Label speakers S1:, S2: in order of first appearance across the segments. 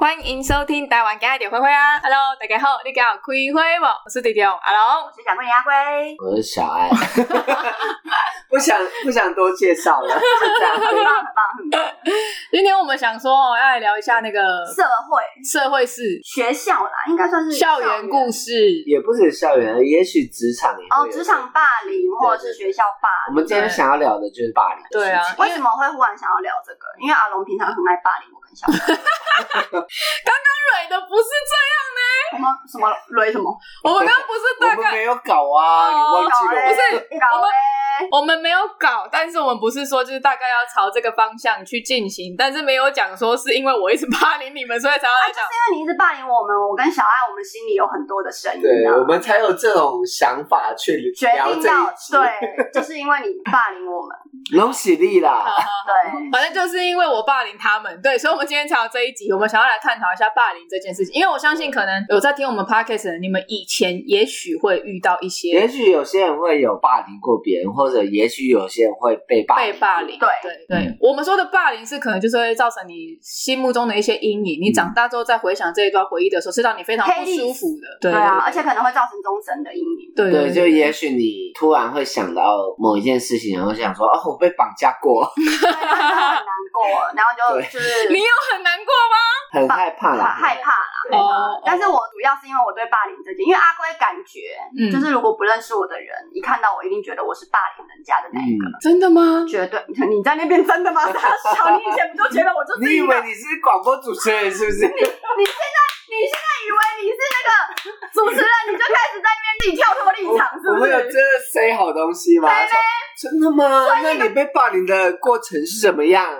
S1: 欢迎收听台湾家的灰灰啊！Hello，大家好，你今日有开会无？我是弟弟阿龙
S2: 我。是小贵阿龟，
S3: 我是小 爱，
S4: 不想不想多介绍了，
S2: 是这样，很棒很棒很棒。
S1: 今天我们想说哦，要来聊一下那个
S2: 社会
S1: 社会事、
S2: 学校啦，应该算是
S1: 校园故
S2: 事
S1: 事。
S3: 也不止校园，也许职场也会
S2: 哦，
S3: 有
S2: 职场霸凌或者是学校霸
S3: 我
S2: 凌。
S3: 们今天想要聊的就是霸凌的事情。
S1: 对啊，因
S2: 为
S1: 为
S2: 什么会忽然想要聊这个？因为阿龙平常很爱霸凌我跟小贵，
S1: 蕊的不是
S2: 什么什么 雷什么
S1: 这，我们刚刚不是大
S3: 我们
S1: 概。
S3: 没有搞啊，你
S1: 哦
S3: 忘记
S2: 搞
S3: 了？
S2: 嘞，
S1: 不是
S2: 搞嘞，
S1: 我们没有搞，但是我们不是说就是大概要朝这个方向去进行，但是没有讲说是因为我一直霸凌你们，所以才要来讲。
S2: 因为你一直霸凌我们，我跟小爱，我们心里有很多的声音
S3: 对，我
S2: 啊。
S3: 们才有这种想法去
S2: 决
S3: 聊
S2: 定
S3: 这
S2: 要
S3: 一集。
S2: 对，就是因为你霸凌 我们，
S3: 恭喜你
S1: 好
S3: 啦！
S1: 好好
S2: 对，
S1: 反正就是因为我霸凌他们，对，所以我们今天才有这一集，我们想要来探讨一下霸凌这件事情，因为我相信可能有在听我们 podcast 的人，你们以前也许会遇到一
S3: 也
S1: 些
S3: 许有些人会有霸凌过别人，或者也许有些人会被霸
S1: 被霸凌，
S2: 对
S1: 对对，我们说的霸凌是可能就是会造成你心目中的一些阴影，你长大之后再回想这一段回忆的时候，是让你非常不舒服的，对
S2: 对啊，而且可能会造成终身的阴影。
S1: 对哦
S3: 对，就也许你突然会想到某一件事情，然后想说：“哦，我被绑架过，
S2: 对然后就很难过，然后就
S3: 对
S2: 就是
S1: 你有很难过吗？
S3: 很害怕
S2: 很
S3: 啦。”
S2: 害怕啦。害怕
S1: 哦
S2: 啊但是我主要是因为我对霸凌这件，因为阿龟感觉，
S1: 嗯
S2: 就是如果不认识我的人，一看到我一定觉得我是霸凌人家的那一个，
S3: 嗯
S1: 真的吗？
S2: 绝对。你在那边真的吗？ 傻笑，你以前不就觉得我就是
S3: 你以
S2: 一个？
S3: 为你是广播主持人是不是？
S2: 你现在以为你是那个主持人，你就开始在那边自己跳脱立场，是
S3: 我
S2: 不
S3: 们
S2: 是
S3: 有？真的 say 好东西吗？说真的吗？那你被霸凌的过程是怎么样？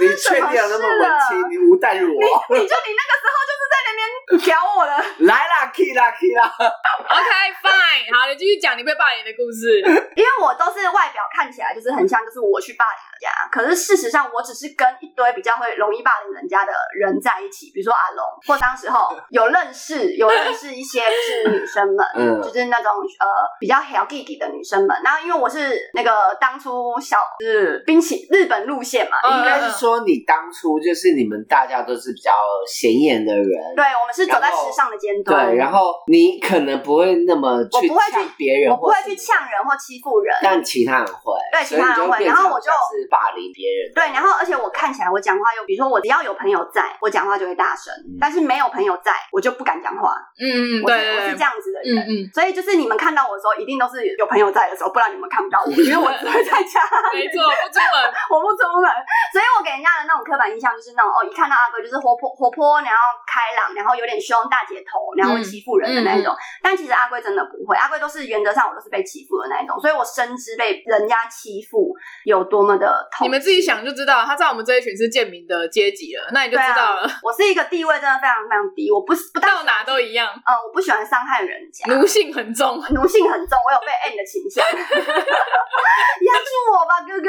S3: 你确定有那么文青？你无待我？
S2: 你就你那个时候就是在那边屌我了，
S3: 来啦，key 啦，key 啦！
S1: OK fine，好，你继续讲你被霸凌的故事。
S2: 因为我都是外表看起来就是很像，就是我去霸凌人家，可是事实上我只是跟一堆比较会容易霸凌人家的人在一起，比如说阿龙，或当时候有认识有认识一些就是女生们。
S3: 嗯
S2: 就，是那种呃比较小弟弟的女生们，然后因为我是那个当初小就是冰淇日本路线嘛，
S1: 嗯
S3: 应该是说你当初就是你们大家都是比较显眼的人，
S2: 对我们是走在
S3: 然后
S2: 时尚的尖端，
S3: 对，然后你可能不会那么
S2: 我
S3: 去
S2: 不会去
S3: 呛别人，
S2: 我不会去，呛人或欺负人，
S3: 但其他人会，
S2: 对
S3: 所以
S2: 其
S3: 你
S2: 他人
S3: 就
S2: 会
S3: 变
S2: 然后
S3: 成
S2: 我
S3: 好
S2: 就
S3: 像是霸凌别人。
S2: 对，然后而且我看起来我讲话又，比如说我只要有朋友在，我讲话就会大声，但是没有朋友在，我就不敢讲话。
S1: 嗯嗯，
S2: 我是
S1: 对对
S2: 我
S1: 对
S2: 是这，样子的
S1: 嗯
S2: 人。
S1: 嗯，
S2: 所以就是你们看到我的时候，一定都是有朋友在的时候，不然你们看不到我，因为我只会在家，
S1: 没错，不出门，
S2: 我不出门。所以我给人家的那种刻板印象就是那种哦，一看到阿哥就是活泼活泼，然后开朗，然后有点凶，大姐头，然后会
S1: 嗯
S2: 欺负人的那一种。但其实阿龟真的不会，阿龟都是原则上我都是被欺负的那一种，所以我深知被人家欺负有多么的痛。
S1: 你们自己想就知道，他在我们这一群是贱民的阶级了，那你就
S2: 对
S1: 知
S2: 啊
S1: 道了，
S2: 我是一个地位真的非常非常低，我不不但
S1: 到哪都一样，
S2: 呃，我不喜欢伤害人家，
S1: 奴性很重。
S2: 奴性很重，我有被 N 的倾向。 压住我吧，哥哥！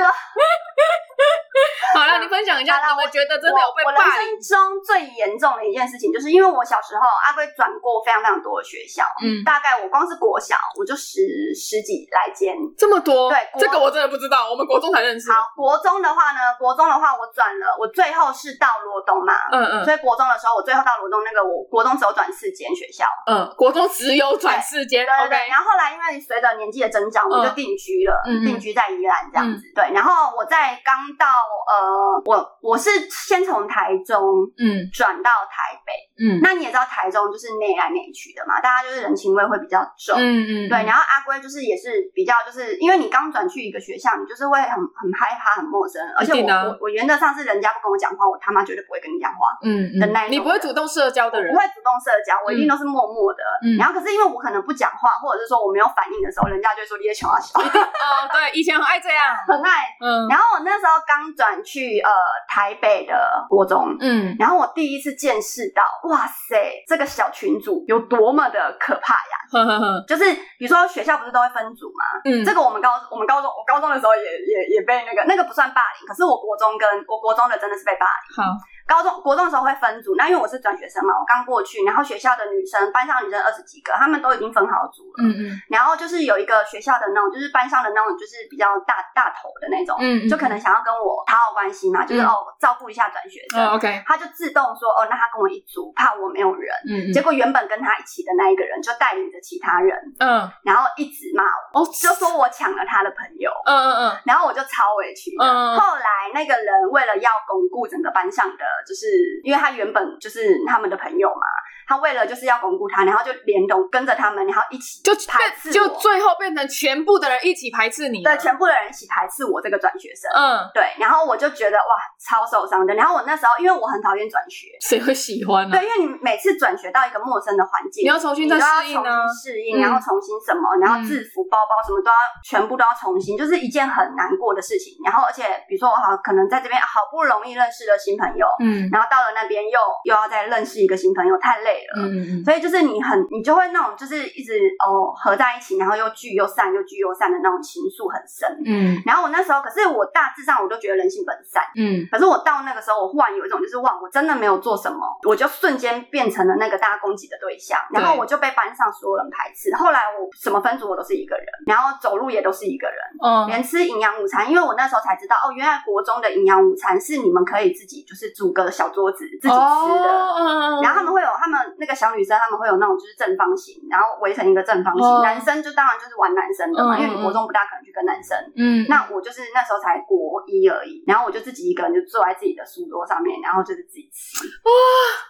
S1: 好了，你分享一下，
S2: 啊好啦
S1: 你们觉 得真的有被
S2: 我我人
S1: 霸凌？
S2: 生中最严重的一件事情，就是因为我小时候阿龟转过非常非常多的学校，
S1: 嗯，
S2: 大概我光是国小我就十十几来间。
S1: 这么多，
S2: 对国
S1: 这个我真的不知道，我们国中才认识。
S2: 好，国中的话呢，国中的话我转了，我最后是到罗东嘛。
S1: 嗯嗯
S2: 所以国中的时候，我最后到罗东那个，我国中只有转四间学校，
S1: 嗯，国中只有转世间
S2: 对对
S1: ，OK，
S2: 对，然后后来因为随着年纪的增长，我就
S1: 嗯
S2: 定居了，
S1: 嗯嗯
S2: 定居在宜兰这样子。对，然后我在刚到呃，我我是先从台中
S1: 嗯
S2: 转到台北。
S1: 嗯
S2: 那你也知道台中就是内来内去的嘛，大家就是人情味会比较重。
S1: 嗯嗯，
S2: 对，然后阿龟就是也是比较，就是因为你刚转去一个学校，你就是会很很害怕、很陌生，而且
S1: 一定
S2: 我
S1: 啊
S2: 我我原则上是人家不跟我讲话，我他妈绝对不会跟你讲话。
S1: 嗯
S2: 的那
S1: 嗯，
S2: 一种
S1: 你不会主动社交的
S2: 我
S1: 人
S2: 不，会主动社交，我一定都是默默的。
S1: 嗯
S2: 然后可是因为我可能不讲话，或者是说我没有反应的时候，人家就会说你 在穷啊小，
S1: 哦，对，以前很爱这 样，
S2: 很爱。
S1: 嗯
S2: 然后我那时候刚转去呃台北的国中。
S1: 嗯，
S2: 然后我第一次见识到，哇塞，这个小群组有多么的可怕呀！
S1: 呵呵呵，
S2: 就是比如说学校不是都会分组嘛，
S1: 嗯
S2: 这个我们高我们高中我高中的时候也也也被那个那个不算霸凌，可是我国中跟我国中的真的是被霸凌。
S1: 好，
S2: 高中国中的时候会分组，那因为我是转学生嘛，我刚过去，然后学校的女生班上女生二十几个，她们都已经分好组了。
S1: 嗯嗯
S2: 然后就是有一个学校的那种，就是班上的那种，就是比较大大头的那种，
S1: 嗯，
S2: 就可能想要跟我讨好关系嘛，就是、
S1: 嗯
S2: 哦照顾一下转学生，
S1: 嗯 OK，
S2: 他就自动说哦，那他跟我一组，怕我没有人。
S1: 嗯
S2: 结果原本跟他一起的那一个人就带领着其他人，
S1: 嗯
S2: 然后一直骂我，
S1: 哦，
S2: 就说我抢了他的朋友，
S1: 嗯嗯嗯
S2: 然后我就超委屈的。
S1: 嗯
S2: 后来那个人为了要巩固整个班上的，就是因为他原本就是他们的朋友嘛，他为了就是要巩固他，然后就连同跟着他们，然后一起
S1: 就
S2: 排斥
S1: 变就
S2: 我
S1: 最后变成全部的人一起排斥你了，
S2: 对全部的人一起排斥我这个转学生。
S1: 嗯，
S2: 对，然后我就觉得哇，超受伤的。然后我那时候因为我很讨厌转学，
S1: 谁会喜欢呢
S2: 对，？因为你每次转学到一个陌生的环境，
S1: 嗯你要重新再
S2: 你都要
S1: 适应啊
S2: 重新适
S1: 嗯
S2: 应，然后重新什么，然后
S1: 嗯
S2: 制服、包包什么都要全部都要重新，就是一件很难过的事情。然后而且比如说我好可能在这边啊好不容易认识了新朋友，
S1: 嗯
S2: 然后到了那边又又要再认识一个新朋友，太累了。
S1: 嗯嗯
S2: 所以就是你很，你就会那种就是一直哦合在一起，然后又聚又散，又聚又散的那种情愫很深。
S1: 嗯
S2: 然后我那时候，可是我大致上我都觉得人性本善，
S1: 嗯
S2: 可是我到那个时候，我忽然有一种就是哇，我真的没有做什么，我就瞬间变成了那个大家攻击的对象，
S1: 对
S2: 然后我就被班上所有人排斥。后来我什么分组我都是一个人，然后走路也都是一个人，
S1: 嗯嗯
S2: 连吃营养午餐，因为我那时候才知道哦，原来国中的营养午餐是你们可以自己就是组个小桌子自己吃的。
S1: 哦，
S2: 然后他们会有，他们那个小女生，他们会有那种就是正方形，然后围成一个正方形。
S1: 哦
S2: 男生就当然就是玩男生的嘛，
S1: 嗯
S2: 因为你国中不大可能去跟男生。
S1: 嗯
S2: 那我就是那时候才国一而已，然后我就自己一个人就坐在自己的书桌上面，然后就是自己吃。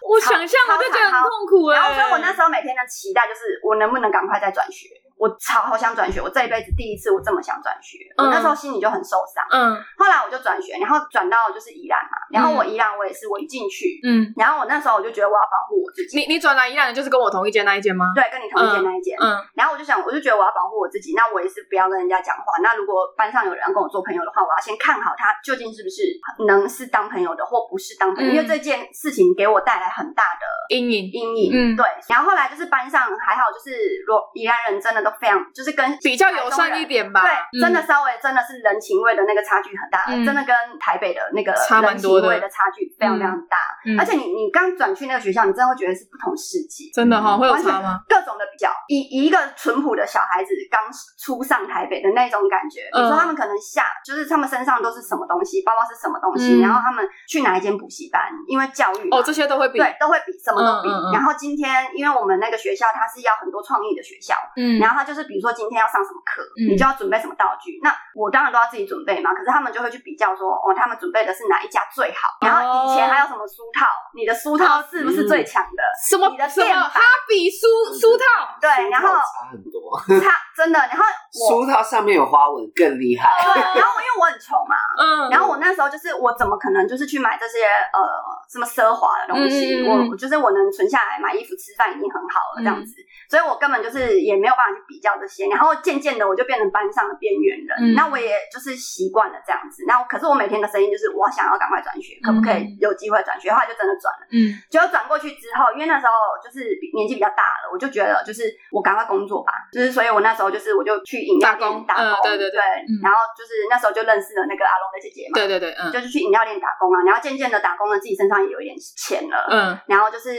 S1: 我想象我就觉得很痛苦哎，
S2: 然后所以我那时候每天的期待就是我能不能赶快再转学。我超好想转学，我这一辈子第一次我这么想转学，
S1: 嗯
S2: 我那时候心里就很受伤。
S1: 嗯
S2: 后来我就转学，然后转到就是宜兰嘛，然后我
S1: 嗯
S2: 宜兰我也是我一进去，
S1: 嗯，
S2: 然后我那时候我就觉得我要保护我自己，
S1: 你你转来宜兰的就是跟我同一间那一间吗？
S2: 对，跟你同一间那一间，
S1: 嗯
S2: 然后我就想，我就觉得我要保护我自己，那我也是不要跟人家讲话。那如果班上有人要跟我做朋友的话，我要先看好他究竟是不是能是当朋友的，或不是当朋友，
S1: 嗯
S2: 因为这件事情给我带来很大的
S1: 阴影
S2: 阴影。
S1: 嗯
S2: 对。然后后来就是班上还好，就是罗宜兰人真的都非常，就是跟
S1: 比较友善一点吧，
S2: 对，
S1: 嗯
S2: 真的稍微真的是人情味的那个差距很大，
S1: 嗯
S2: 真的跟台北的那个
S1: 差蛮
S2: 人情
S1: 多的
S2: 味的差距非常非常大。
S1: 嗯
S2: 而且你你刚转去那个学校，你真的会觉得是不同世界。
S1: 真的哈会有
S2: 完全
S1: 差吗？
S2: 各种的比较，以以一个淳朴的小孩子刚初上台北的那种感觉，比如说
S1: 嗯
S2: 他们可能下，就是他们身上都是什么东西，包包是什么东西，
S1: 嗯
S2: 然后他们去哪一间补习班，因为教育嘛
S1: 哦，这些都会比
S2: 对都会比什么都
S1: 嗯
S2: 比。
S1: 嗯嗯
S2: 然后今天因为我们那个学校它是要很多创意的学校，
S1: 嗯
S2: 然后他就是比如说今天要上什么课，
S1: 嗯
S2: 你就要准备什么道具。那我当然都要自己准备嘛，可是他们就会去比较说，哦，他们准备的是哪一家最好，然后以前还有什么书套，你的书套是不
S1: 嗯
S2: 是最强的？
S1: 什么
S2: 你的
S1: 什
S2: 电
S1: 么
S2: 板
S1: 哈比书书套，
S2: 对，然后
S3: 差很多，
S2: 他真的，然后我，
S3: 书套上面有花纹更厉害。
S2: 然后因为我很穷嘛，
S1: 嗯，
S2: 然后我那时候就是我怎么可能就是去买这些呃什么奢华的东西？
S1: 嗯嗯嗯
S2: 我我就是我能存下来买衣服吃饭已经很好了这样子，所以我根本就是也没有办法去比较这些。然后渐渐的我就变成班上的边缘人，
S1: 嗯
S2: 那我也就是习惯了这样子。那我可是我每天的声音就是我想要赶快转学，可不可以
S1: 嗯
S2: 有机会转学？后来就真的转了。
S1: 嗯
S2: 结果转过去之后，因为那时候就是比年纪比较大了，我就觉得就是我赶快工作吧，就是所以我那时候就是我就去饮料
S1: 打
S2: 店
S1: 工
S2: 打工，
S1: 嗯对
S2: 对
S1: 对对嗯
S2: 然后就是那时候就认识了那个阿龙的姐姐嘛，
S1: 对对对嗯
S2: 就是去饮料店打工啊，然后渐渐的打工了，自己身上也有一点钱了。
S1: 嗯
S2: 然后就是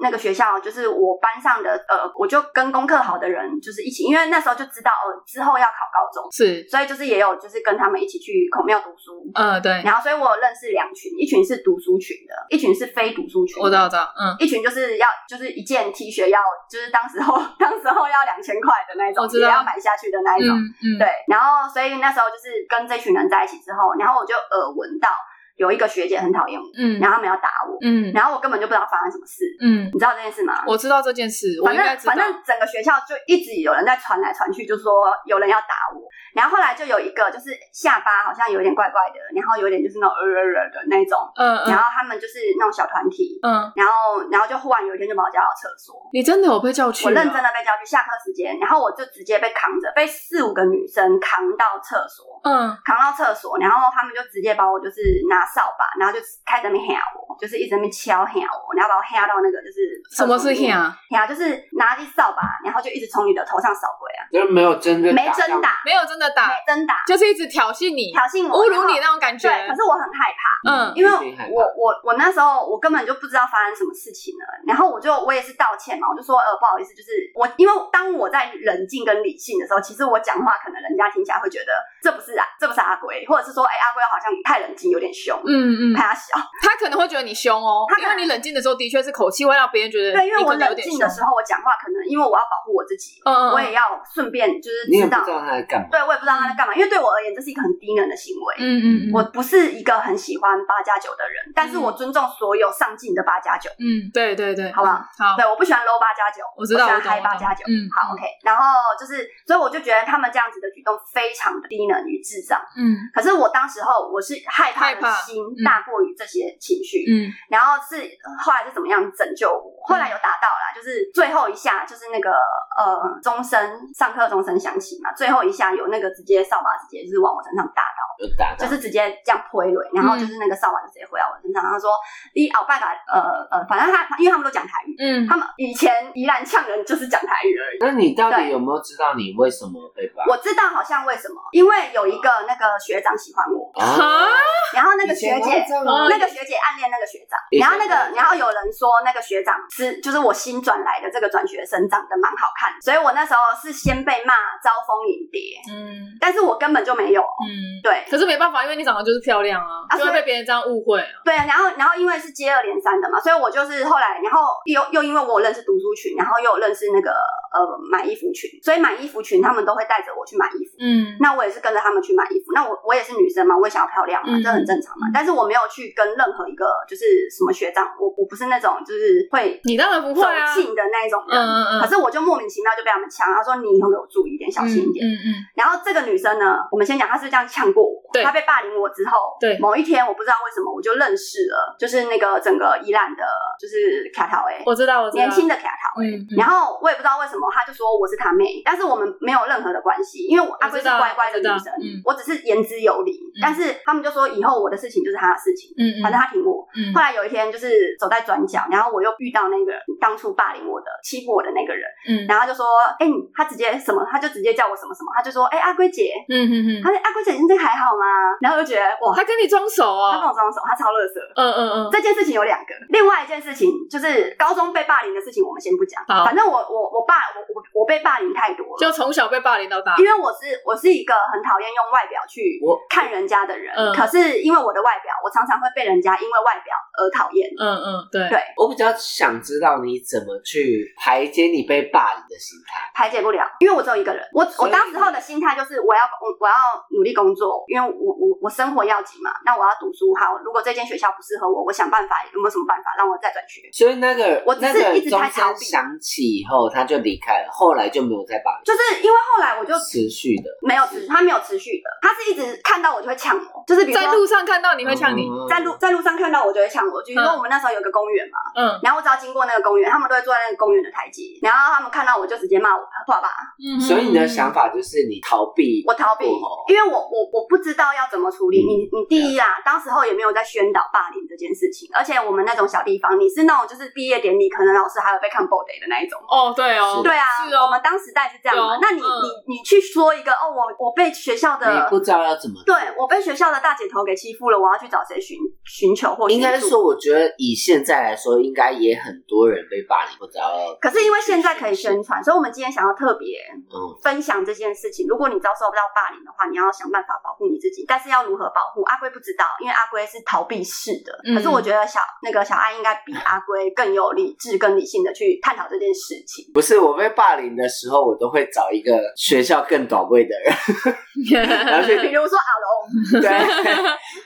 S2: 那个学校，就是我班上的呃，我就跟功课好的人就是一起，因为那时候就知道哦，之后要考高中，
S1: 是
S2: 所以就是也有就是跟他们一起去孔庙读书。
S1: 嗯对，
S2: 然后，所以我有认识两群，一群是读书群的，一群是非读书群的。
S1: 我知道我知道嗯。
S2: 一群就是要就是一件 T 恤要就是当时候 当时候要两千块的那一种，
S1: 我知道
S2: 也要买下去的那一种。
S1: 嗯嗯，
S2: 对，然后所以那时候就是跟这群人在一起之后，然后我就耳闻到有一个学姐很讨厌我，
S1: 嗯，
S2: 然后他们要打我，
S1: 嗯
S2: 然后我根本就不知道发生什么事，
S1: 嗯，
S2: 你知道这件事吗？
S1: 我知道这件事，我
S2: 反
S1: 应该
S2: 正
S1: 知道
S2: 反。正整个学校就一直有人在传来传去，就说有人要打我。然后后来就有一个就是下巴好像有点怪怪的，然后有点就是那种呃呃呃的那种，
S1: 嗯
S2: 然
S1: 嗯
S2: 后他们就是那种小团体，
S1: 嗯，
S2: 然后然后就忽然有一天就把我叫到厕所，
S1: 你真的有被叫去？
S2: 我认真的。被叫去下课时间，然后我就直接被扛着，被四五个女生扛到厕所，
S1: 嗯
S2: 扛到厕所，然后他们就直接把我就是拿扫把，然后就开始在那边吓我，就是一直在那边敲吓我，然后把我吓到那个就是
S1: 什么是
S2: 吓？
S1: 啊？
S2: 吓就是拿起扫把，然后就一直从你的头上扫过来啊，
S3: 就是没有真正
S2: 没真
S3: 打，
S2: 打，
S1: 没有真的打
S2: 没，真打，
S1: 就是一直挑衅你、
S2: 挑衅我，
S1: 侮辱你
S2: 然
S1: 那种
S2: 后
S1: 感觉。
S2: 对，可是我很害怕。
S1: 嗯
S2: 因为
S3: 一定害怕
S2: 我我我那时候我根本就不知道发生什么事情了，然后我就我也是道歉嘛，我就说呃不好意思，就是我因为当我在冷静跟理性的时候，其实我讲话可能人家听起来会觉得这不是啊这不是阿龟，或者是说哎、阿龟好像太冷静有点凶，
S1: 嗯嗯，
S2: 怕他小，
S1: 他可能会觉得你凶哦
S2: 他，可
S1: 因
S2: 能
S1: 为你冷静的时候的确是口气会让别人觉得
S2: 对，因为
S1: 你
S2: 我
S1: 可能有
S2: 冷
S1: 点
S2: 静
S1: 凶。
S2: 的时候我讲话可能因为我要保护我自己，
S1: 嗯嗯，
S2: 我也要顺便就是
S3: 你也
S2: 知
S3: 不
S2: 道
S3: 知，道他在干嘛。
S2: 对我也不知道他在干嘛，因为对我而言这是一个很低能的行为，
S1: 嗯嗯嗯，
S2: 我不是一个很喜欢八加九的人，但是我尊重所有上进的八加九。
S1: 嗯对对对，
S2: 好不好
S1: 嗯？好，
S2: 对，我不喜欢 low 八加九，
S1: 我知道
S2: 喜
S1: 我
S2: 欢
S1: 懂
S2: 嗨
S1: 我懂
S2: 八加九。
S1: 嗯嗯
S2: 好，OK。然后就是，所以我就觉得他们这样子的举动非常的低能与智障。
S1: 嗯
S2: 可是我当时候我是害怕
S1: 害
S2: 的
S1: 怕
S2: 心
S1: 嗯
S2: 大过于这些情绪，
S1: 嗯
S2: 然后是后来是怎么样拯救我？后来有达到啦，就是最后一下，就是那个呃钟声上课钟声响起嘛，最后一下有那个直接扫把直接就是往我身上打到，
S3: 有打到，
S2: 就是直接这样推了，然后
S1: 嗯
S2: 就是那个扫把就直接回到我身上，然后说你鳌拜把呃呃，反正他他因为他们都讲台语。
S1: 嗯
S2: 他们以前宜兰呛人就是讲台语而已。
S3: 那你到底
S2: 对
S3: 有没有知道你为什么被霸？
S2: 我知道好像为什么，因为有一个那个学长喜欢我，
S3: 哦
S1: 啊，
S2: 然后那个学
S3: 以前
S2: 姐
S3: 还这样。吗
S2: 那个学姐暗恋那个学长，
S3: 以前
S2: 然后那
S3: 还
S2: 个，然后有人说那个学长是就是我新转来的这个转学生长得蛮好看的，所以我那时候是先被骂招蜂引蝶，
S1: 嗯
S2: 但是我根本就没有，
S1: 嗯，
S2: 对
S1: 可是没办法，因为你长得就是漂亮啊，
S2: 啊
S1: 就会
S2: 所以
S1: 被别人这样误会啊。
S2: 对，然后然后因为是接二连三的嘛，所以我就是后来，然后又又因为我有认识读书群，然后又有认识那个呃买衣服群，所以买衣服群他们都会带着我去买衣服，
S1: 嗯
S2: 那我也是跟着他们去买衣服。那我我也是女生嘛，我也想要漂亮嘛，
S1: 嗯
S2: 这很正常嘛。但是我没有去跟任何一个就是什么学长，我我不是那种就是会
S1: 你当然不
S2: 走
S1: 会啊。
S2: 近的那一种
S1: 嗯
S2: 人。
S1: 嗯嗯
S2: 可是我就莫名其妙就被他们呛，他说你以后给我注意一点，小心一点。
S1: 嗯嗯
S2: 然后这个女生呢，我们先讲，她是这样呛过我，
S1: 对
S2: 她被霸凌我之后，
S1: 对
S2: 某一天我不知道为什么我就认识了，就是那个整个宜兰的，就是卡桃哎
S1: 嗯，，我知道，我知道。
S2: 年轻的卡桃哎，
S1: 嗯，嗯
S2: 然后我也不知道为什么，他就说我是他妹，但是我们没有任何的关系，因为我阿
S1: 我
S2: 龟
S1: 知
S2: 是
S1: 道
S2: 乖乖的女
S1: 我知
S2: 生
S1: 道嗯，
S2: 我只是言之有理。但是他们就说以后我的事情就是他的事情，
S1: 嗯嗯，
S2: 反正他挺我。
S1: 嗯
S2: 后来有一天就是走在转角，然后我又遇到那个当初霸凌我的、欺负我的那个人，
S1: 嗯
S2: 然后他就说：“哎、你他直接什么，他就直接叫我什么什么，他就说：哎、阿龟姐，
S1: 嗯嗯嗯
S2: 他，说哎阿龟姐现在还好吗？”然后我就觉得哇，
S1: 他跟你装熟
S2: 他
S1: 哦。
S2: 跟我装手，他超乐色。
S1: 嗯嗯嗯，
S2: 这件事情有两个，另外一件事情就是高中被霸凌的事情，我们先不讲。
S1: 好
S2: 反正我我我霸我我我被霸凌太多了，
S1: 就从小被霸凌到大
S2: 因。为我是我是一个很讨厌用外表去
S3: 我
S2: 看人家的人，
S1: 嗯
S2: 可是因为我的外表，我常常会被人家因为外表而讨厌。
S1: 嗯嗯，对。
S2: 对，
S3: 我比较想知道你怎么去排解你被霸凌的心态。
S2: 排解不了，因为我只有一个人。我
S3: 所
S2: 我
S3: 以
S2: 当时候的心态就是我要我我要努力工作，因为我我我生活要紧嘛，那我要读书。好，如果这间学校不适合我，我想办法有没有什么办法让我再转学？
S3: 所以那个
S2: 我只
S3: 那
S2: 是
S3: 个
S2: 一直
S3: 钟
S2: 在逃
S3: 声
S2: 避
S3: 响起以后，他就离开了，后来就没有再霸凌，
S2: 就是因为后来我就
S3: 持续的
S2: 没有持，他没有持续的，他是一直看到我就会呛我，就是比如
S1: 在
S2: 说
S1: 路上看到你会呛你。
S3: 嗯
S2: 在路在路上看到我就会呛我，就比如说
S1: 嗯
S2: 我们那时候有个公园嘛，
S1: 嗯
S2: 然后我只要经过那个公园，他们都会坐在那个公园的台阶，然后他们看到我就直接骂我爸爸，
S1: 嗯。
S3: 所以你的想法就是你逃避，
S2: 我逃避
S3: 哦，
S2: 因为我我我不知道要怎么处理。你你第一啊，当时候也没有在宣导霸凌这件事情，而且我们那种小地方，你是那种就是毕业典礼可能老师还有被看 b o d 的那一种。
S1: 哦，对哦
S3: 是。
S2: 对啊，
S1: 是哦
S2: 我们当时代是这样嘛
S1: 有。
S2: 那你、
S1: 嗯
S2: 你你去说一个哦，我我被学校的
S3: 你不知道要怎么。
S2: 对我被学校的大姐头给欺负了，我要去找谁寻寻求或
S3: 应该
S2: 寻
S3: 说，
S2: 助
S3: 我觉得以现在来说，应该也很多人被霸凌，不知道要。
S2: 可是因为现在可以宣传，所以我们今天想要特别
S3: 嗯，
S2: 分享这件事情。如果你遭受到霸凌的话，你要想办法保护你自己，但是要如何保护？阿龟不知道，因为阿龟是逃避式的。
S1: 嗯
S2: 可是我觉得小那个小爱应该比阿龟更有理智、更理性的去探讨这件事情。
S3: 不是我被霸凌的时候，我都会找一个学校更短位的 人。然后就
S2: 比如说阿龙，
S3: 对，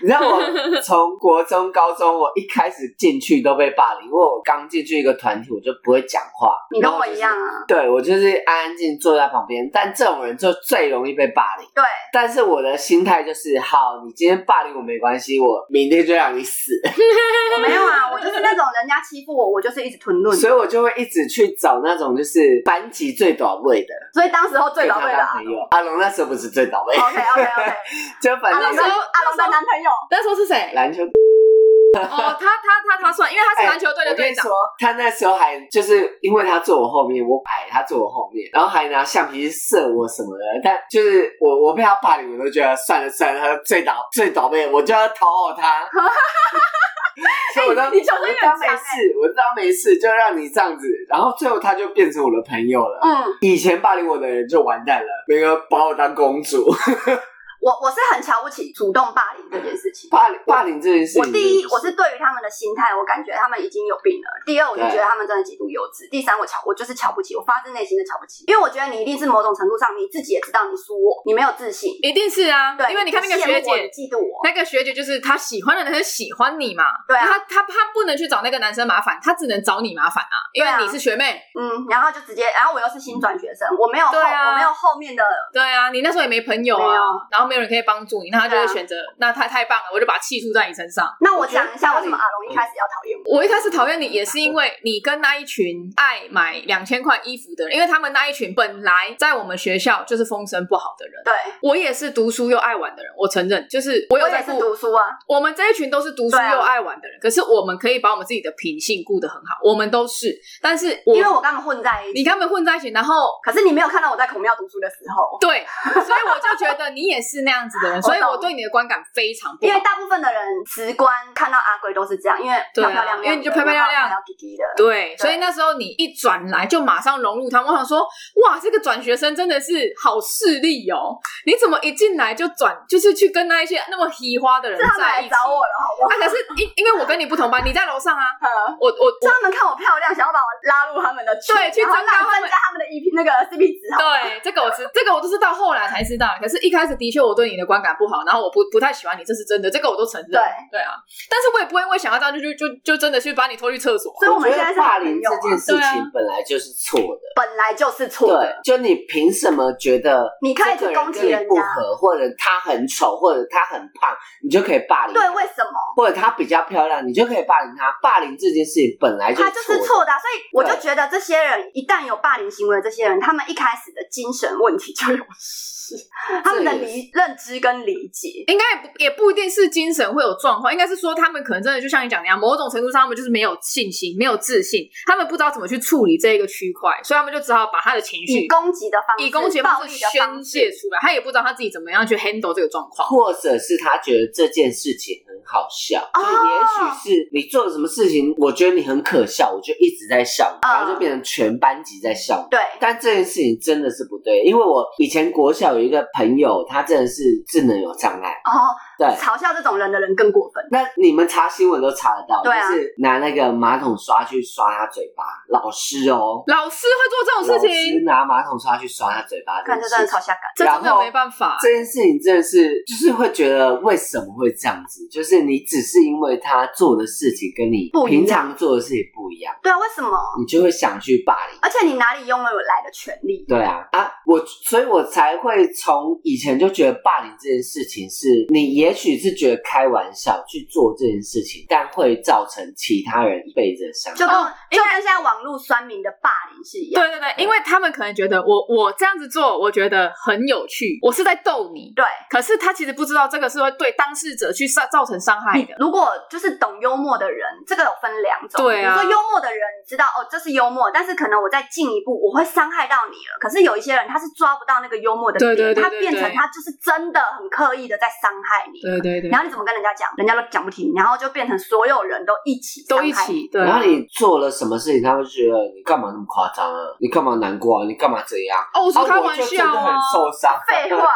S3: 你知道我从国中、高中，我一开始进去都被霸凌，因为我刚进去一个团体，我就不会讲话。
S2: 你
S3: 然
S2: 跟
S3: 后
S2: 我
S3: 就
S2: 一
S3: 是
S2: 样啊。
S3: 对我就是安安静静坐在旁边，但这种人就最容易被霸凌。
S2: 对，
S3: 但是我的心态就是，好，你今天霸凌我没关系，我明天就让你死。
S2: 我没有啊，我就是那种人家欺负我，我就是一直吞论。
S3: 所以我就会一。
S4: 直去找那种就是班级最短位的，
S2: 所以当时候最早
S4: 给
S2: 位
S4: 他
S2: 的
S4: 当
S2: 啊。
S4: 朋友。阿龙那时候不是最倒霉，
S2: OK OK OK，
S4: 就反
S2: 阿
S4: 正
S2: 龙
S1: 啊那时
S2: 的
S4: 是
S1: 候
S2: 阿龙的男朋友，
S1: 那时候是谁？
S4: 篮球
S1: 哦，他他他他算，因为他是篮球队的
S4: 我跟
S1: 队
S4: 你
S1: 长
S4: 说。，他那时候还就是因为他坐我后面，我矮，他坐我后面，然后还拿橡皮去射我什么的。但就是我我被他霸凌，我都觉得算了算了，他最倒最倒霉，我就要讨 好他。所以我都
S2: 哎你求生欲
S4: 我当
S2: 很
S4: 没
S2: 强欸
S4: 事，我当没事，就让你这样子，然后最后他就变成我的朋友了。
S2: 嗯，
S4: 以前霸凌我的人就完蛋了，那个把我当公主，
S2: 我我是很瞧不起主动霸凌这件事情。
S4: 霸凌霸凌这件事情
S2: 我
S4: 真的不
S2: 第
S4: 行，
S2: 一，我是对于他们的心态，我感觉他们已经有病了；第二，我就
S4: 对
S2: 觉得他们真的极度幼稚；第三，我瞧我就是瞧不起，我发自内心的瞧不起，因为我觉得你一定是某种程度上你自己也知道你输我，你没有自信，
S1: 一定是啊，
S2: 对，
S1: 因为你看那个
S2: 羡慕
S1: 学
S2: 我
S1: 姐
S2: 你，嫉妒我，
S1: 那个学姐就是她喜欢的男生喜欢你嘛，
S2: 对啊
S1: 那她她她不能去找那个男生麻烦，她只能找你麻烦啊，因为
S2: 对啊
S1: 你是学妹，
S2: 嗯，然后就直接，然后我又是新转学生，我没有后，
S1: 对啊
S2: 我没有后面的，
S1: 对啊，你那时候也没朋友
S2: 没
S1: 啊
S2: 有，
S1: 然后没有人可以帮助你，那她就会
S2: 对啊
S1: 选择，那太太棒了，我就把气出在你身上。
S2: 那我
S4: 我觉得
S2: 讲一下
S4: 霸
S2: 为什
S4: 凌
S2: 么阿龙一开始要讨厌我，
S1: 我一开始讨厌你也是因为你跟那一群爱买两千块衣服的人，因为他们那一群本来在我们学校就是风声不好的人。
S2: 对，
S1: 我也是读书又爱玩的人，我承认，就是我有
S2: 我
S1: 在
S2: 也是
S1: 顾
S2: 读书啊，
S1: 我们这一群都是读书
S2: 对啊
S1: 又爱玩的人，可是我们可以把我们自己的品性顾得很好，我们都是。但是我，
S2: 因为我跟他们混在一起，
S1: 你跟他们混在一起，然后
S2: 可是你没有看到我在孔庙读书的时候。
S1: 对，所以我就觉得你也是那样子的 人，
S2: 懂
S1: 所以我对你的观感非常不
S2: 因为
S1: 好。
S2: 大部分的人直观看到阿龟都是这样，因为
S1: 对
S2: 漂
S1: 啊
S2: 漂亮亮的，
S1: 因为你就漂漂亮亮
S2: 然后还要滴滴的，
S1: 对，所以那时候你一转来就马上融入他们，我想说，哇，这个转学生真的是好势利哦！你怎么一进来就转，就是去跟那一些那么奇花的人
S2: 是他们
S1: 在
S2: 来
S1: 一起？
S2: 找我了，好不好
S1: 啊，可是因因为我跟你不同班，你在楼上啊，
S2: 嗯？
S1: 我我
S2: 是他们看我漂亮，想要把我拉入他们的群，
S1: 对去
S2: 然后
S1: 增加
S2: 让
S1: 他们
S2: 增加他们的 EP 那个 CP 值，好
S1: 对，这个我知，这个我都是到后来才知道。可是，一开始的确我对你的观感不好，然后我不不太喜欢你，这是真的，这个我都承认。
S2: 对
S1: 啊，但是我也不会因为想要这样就就就就真的去把你拖去厕所啊。
S2: 所以我们
S4: 觉
S2: 现在
S4: 得
S2: 是好
S4: 霸
S2: 朋
S4: 凌
S2: 友
S4: 这
S2: 啊
S4: 件事
S1: 对啊
S4: 情本来就是错的。
S2: 本来就是错
S4: 对啊
S2: 的，，
S4: 就你凭什么觉得
S2: 你可以
S4: 这个
S2: 去啊攻击
S4: 跟你
S2: 人
S4: 不
S2: 家
S4: 合，或者他很丑，或者他很胖，你就可以霸凌？
S2: 对，为什么？
S4: 或者他比较漂亮，你就可以霸凌他。霸凌这件事情本来就
S2: 他就是错的啊、所以我就
S4: 对
S2: 觉得这些人一旦有霸凌行为，的这些人他们一开始的精神问题就有事，他们的理认知跟理解，
S1: 应该也不也不一定是精神会有状况，应该是说他们可能真的就像你讲的一样，某种程度上他们就是没有信心、没有自信，他们不知道怎么去处理这一个区块，所以他们就只好把他的情绪
S2: 以攻击的方式，
S1: 以攻击的
S2: 暴
S1: 方
S2: 力
S1: 式
S2: 的方
S1: 宣
S2: 式
S1: 泄出来，他也不知道他自己怎么样去 handle 这个状况。
S4: 或者是他觉得这件事情很好笑，
S2: 哦
S4: 就也许是你做了什么事情，我觉得你很可笑，我就一直在笑你，
S2: 嗯
S4: 然后就变成全班级在笑你。
S2: 对，
S4: 但这件事情真的是不对，因为我以前国小有一个朋友，他真的是智能有障碍，
S2: 哦，
S4: 对。嗯
S2: 嘲笑这种人的人更过分，
S4: 那你们查新闻都查得到，
S2: 对啊
S4: 就是拿那个马桶刷去刷他嘴巴，老师哦，
S1: 老师会做这种事
S4: 老师
S1: 情，
S4: 拿马桶刷去刷他嘴巴，
S2: 看这真的
S4: 事情
S2: 嘲笑感。
S1: 这真
S4: 然
S1: 的
S4: 后
S1: 没办法。
S4: 这件事情真的是，就是会觉得为什么会这样子？就是你只是因为他做的事情跟你
S2: 不一样
S4: 平常做的事情不一样，
S2: 对啊，为什么？
S4: 你就会想去霸凌。
S2: 而且你哪里拥有来的权利？
S4: 对啊，啊，我所以，我才会从以前就觉得霸凌这件事情是，你也许是觉得开玩笑去做这件事情，但会造成其他人被惹伤
S2: 就
S4: 害。
S2: 跟、
S1: 哦
S2: 就跟现在网络酸民的霸凌是一样。
S1: 对对对，因为他们可能觉得我我这样子做，我觉得很有趣，我是在逗你。
S2: 对，
S1: 可是他其实不知道这个是会对当事者去造造成伤害的。
S2: 如果就是懂幽默的人，这个有分两种。
S1: 对啊
S2: 比如说幽默的人，你知道哦，这是幽默，但是可能我再进一步，我会伤害到你了。可是有一些人，他是抓不到那个幽默的点，
S1: 对对对对
S2: 他变成
S1: 对
S2: 他就是真的很刻意的在伤害你。
S1: 对对对
S2: 然，后你怎么跟人家讲，人家都讲不听，然后就变成所有人都一起
S1: 都一
S2: 伤害你。
S1: 起对啊。
S4: 然后你做了什么事情，他会觉得你干嘛那么夸张啊？你干嘛难过啊？你干嘛这样？
S1: 哦，我
S4: 啊
S1: 说开玩
S4: 我就
S1: 笑
S4: 真的
S1: 啊
S4: 很。受伤。
S2: 废话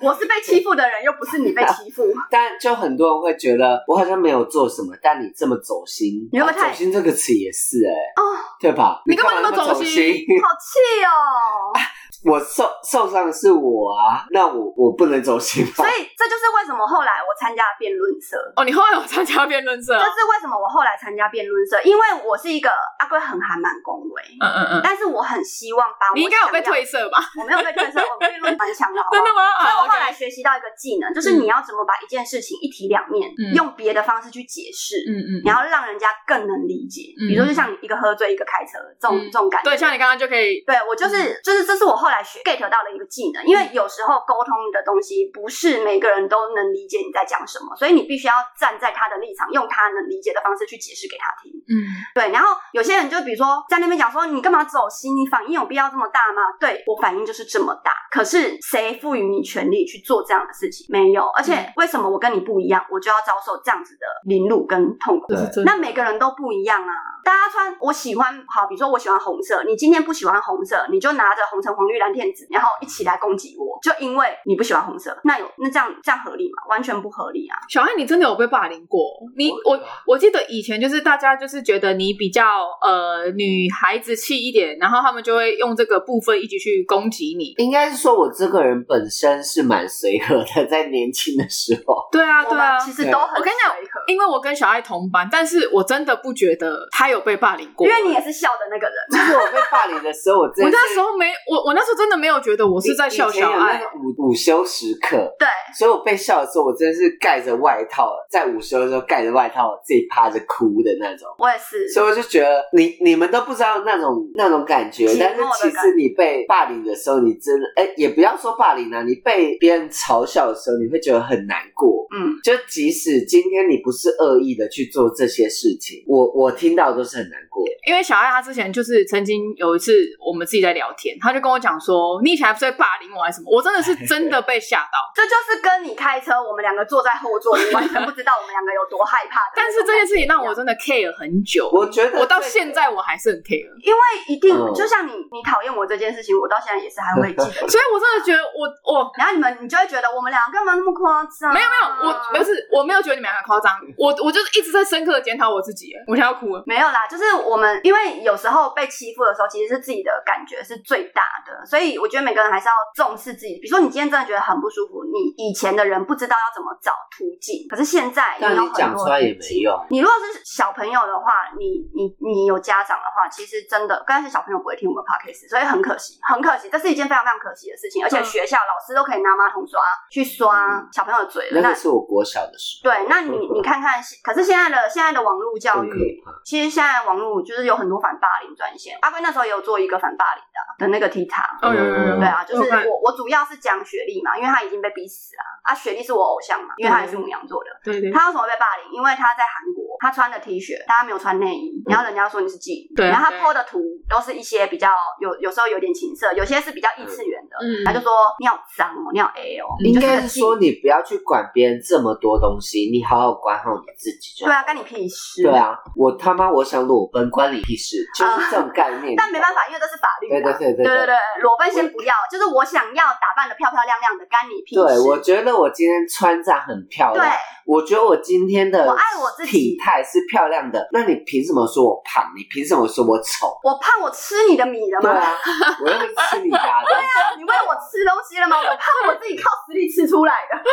S2: 我是被欺负的人，又不是你被 欺负。
S4: 但就很多人会觉得我好像没有做什么，但你这么走心，
S2: 你会不会
S4: 啊
S2: 太
S4: 走心这个词也是
S2: 哦
S4: 哎、对吧？
S1: 你干嘛
S4: 干嘛
S1: 那么
S4: 走
S1: 走心
S4: 心？
S2: 好气哦！
S4: 我受受伤的是我啊，那我我不能走心吗
S2: 所？以这就是为什么后来我参加了辩论社，
S1: 哦，你后来有参加辩论社
S2: 这
S1: 哦？
S2: 是为什么我后来参加辩论社，因为我是一个阿龟很还蛮恭维，
S1: 嗯嗯嗯，
S2: 但是我很希望把我
S1: 你应该有被
S2: 想要，
S1: 褪色 吧？
S2: 我没有被 退社，我辩论蛮强的，好不
S1: 真 的？
S2: 好
S1: 吗？
S2: 所
S1: 啊
S2: 以我后来
S1: ，OK，
S2: 学习到一个技能，就是你要怎么把一件事情一体两面，
S1: 嗯
S2: 用别的方式去解释，
S1: 嗯嗯
S2: 然后让人家更能理解。
S1: 嗯
S2: 比如说，就像你一个喝醉，一个开车，这种、
S1: 嗯
S2: 这种感
S1: 对，
S2: 觉。
S1: 像你刚刚就可以，
S2: 对，我就是就是，这是我后来学 get 到的一个技能，因为有时候沟通的东西不是每个人都能理解你在讲什么，所以你必须要站在他的立场，用他能理解的方式去解释给他听。
S1: 嗯，
S2: 对，然后有些人就比如说在那边讲说你干嘛走心，你反应有必要这么大吗？对我反应就是这么大，可是谁赋予你权利去做这样的事情？没有，而且
S1: 嗯
S2: 为什么我跟你不一样，我就要遭受这样子的凌辱跟痛苦
S1: 这？是真的
S2: 那每个人都不一样啊，大家穿我喜欢好，比如说我喜欢红色，你今天不喜欢红色，你就拿着红橙黄绿蓝靛紫，然后一起来攻击我，就因为你不喜欢红色，那有那这样这样合理吗？完全不合理啊！
S1: 小爱，你真的有被霸凌过？你
S4: 我
S1: 我我记得以前就是大家就是觉得你比较呃女孩子气一点，然后他们就会用这个部分一起去攻击你。
S4: 应该是说我这个人本身是蛮随和的，在年轻的时 候，
S1: 对啊，
S2: 我
S1: 对
S2: 们
S1: 啊。
S2: 其实都很
S1: 我跟你讲
S2: 随和
S1: 因为我跟小爱同班，但是我真的不觉得她有被霸凌过。
S2: 因为你也是笑的 那个人。
S4: 就是我被霸凌的时候，我真
S1: 我
S4: 的
S1: 那
S4: 是
S1: 时候没我我那时候真的没有觉得我是在笑
S4: 以前有
S1: 小爱
S4: 那，个午午休时刻，
S2: 对，
S4: 所以我被笑的时候，我真的是盖着外套，在午休的时候盖着外套，我自己趴着哭的那种。
S2: 我也是。
S4: 所以我就觉得你你们都不知道那种那种感觉
S2: 寂，寞的
S4: 但是其
S2: 感觉
S4: 实你被霸凌的时候，你真的哎，也不要说霸凌啊，你被别人嘲笑的时候，你会觉得很难过。
S2: 嗯，
S4: 就即使今天你不是恶意的去做这些事情，我我听到都是很难过。
S1: 因为小爱她之前就是曾经有一次我们自己在聊天，她就跟我讲说你以前还不是在霸凌我还是什么，我真的 是真的被吓到。
S2: 这就是跟你开车，我们两个坐在后座，你完全不知道我们两个有多害怕的那种感觉。
S1: 但是这件事情让我真的 care 很久，
S4: 我觉得
S1: 我到
S4: 这个
S1: 现在我还是很 care。
S2: 因为一定、
S4: 嗯
S2: 就像你，你讨厌我这件事情，我到现在也是还会记得
S1: 。所以我真的觉得我我
S2: 然后你们，你就会觉得我们两个干嘛那么夸张？啊
S1: 没有没有我不是我没有觉得你们两个夸张，
S4: 嗯
S1: 我我就是一直在深刻的检讨我自己，我现在要哭了。
S2: 没有啦，就是我们因为有时候被欺负的时候，其实是自己的感觉是最大的，所以我觉得每个人还是要重视自己。比如说你今天真的觉得很不舒服，你以前的人不知道要怎么找途径，可是现在
S4: 但
S2: 有
S4: 你
S2: 很
S4: 讲
S2: 多
S4: 出来也
S2: 途
S4: 没
S2: 径
S4: 用。
S2: 你如果是小朋友的话，你你你有家长的话，其实真的，刚开始小朋友不会听我们 podcast，所以很可惜，很可惜，这是一件非常非常可惜的事情。而且
S1: 嗯
S2: 学校老师都可以拿马桶刷去刷小朋友的嘴了。
S4: 嗯那
S2: 那
S4: 个是我国小的时候，
S2: 对，那你你看看，可是现在的现在的网络教
S4: 很可
S2: 育，
S4: 怕。
S2: 其实现在网络就是有很多反霸凌专线。阿龟那时候也有做一个反霸凌的啊的那个 T 塔，
S1: 哦有有有，
S4: 嗯
S2: 对啊，就是
S1: 我看
S2: 我我主要是讲雪莉嘛，因为她已经被逼死了啊，雪莉是我偶像嘛，因为她也是母羊座的。
S1: 对对，
S2: 他为什么会被霸凌？因为他在韩国，他穿的 T 恤，但他没有穿内衣，然后人家说你是妓女，
S1: 对
S2: 然后他
S1: 对
S2: PO 的图都是一些比较有有时候有点情色，有些是比较异次元的，
S1: 嗯
S2: 他就说你好脏哦，你好 A 哦，
S4: 应
S2: 你就是
S4: 该
S2: 个
S4: 是
S2: 妓
S4: 说
S2: 女
S4: 你不要去管别人这么多东西，你好好管好你自己就
S2: 对
S4: 好。
S2: 啊，干你屁事，
S4: 对，啊，我他妈我想裸奔关你屁事，就是这种概念。
S2: 但没办法，因为这是法律
S4: 对，对
S2: 啊。
S4: 对
S2: 对对
S4: 对
S2: 对，裸奔先不要，就是我想要打扮的漂漂亮亮的，干你屁事。
S4: 对，我觉得我今天穿这样很漂
S2: 对
S4: 亮，我觉得我今天的
S2: 我爱我自己
S4: 体态是漂亮的，那你凭什么说我胖？你凭什么说我丑？
S2: 我怕我吃你的米了
S4: 对
S2: 吗？
S4: 啊，我又没吃你家的东 西。
S2: 你喂我吃东西了吗？我怕我自己靠实力吃出来的，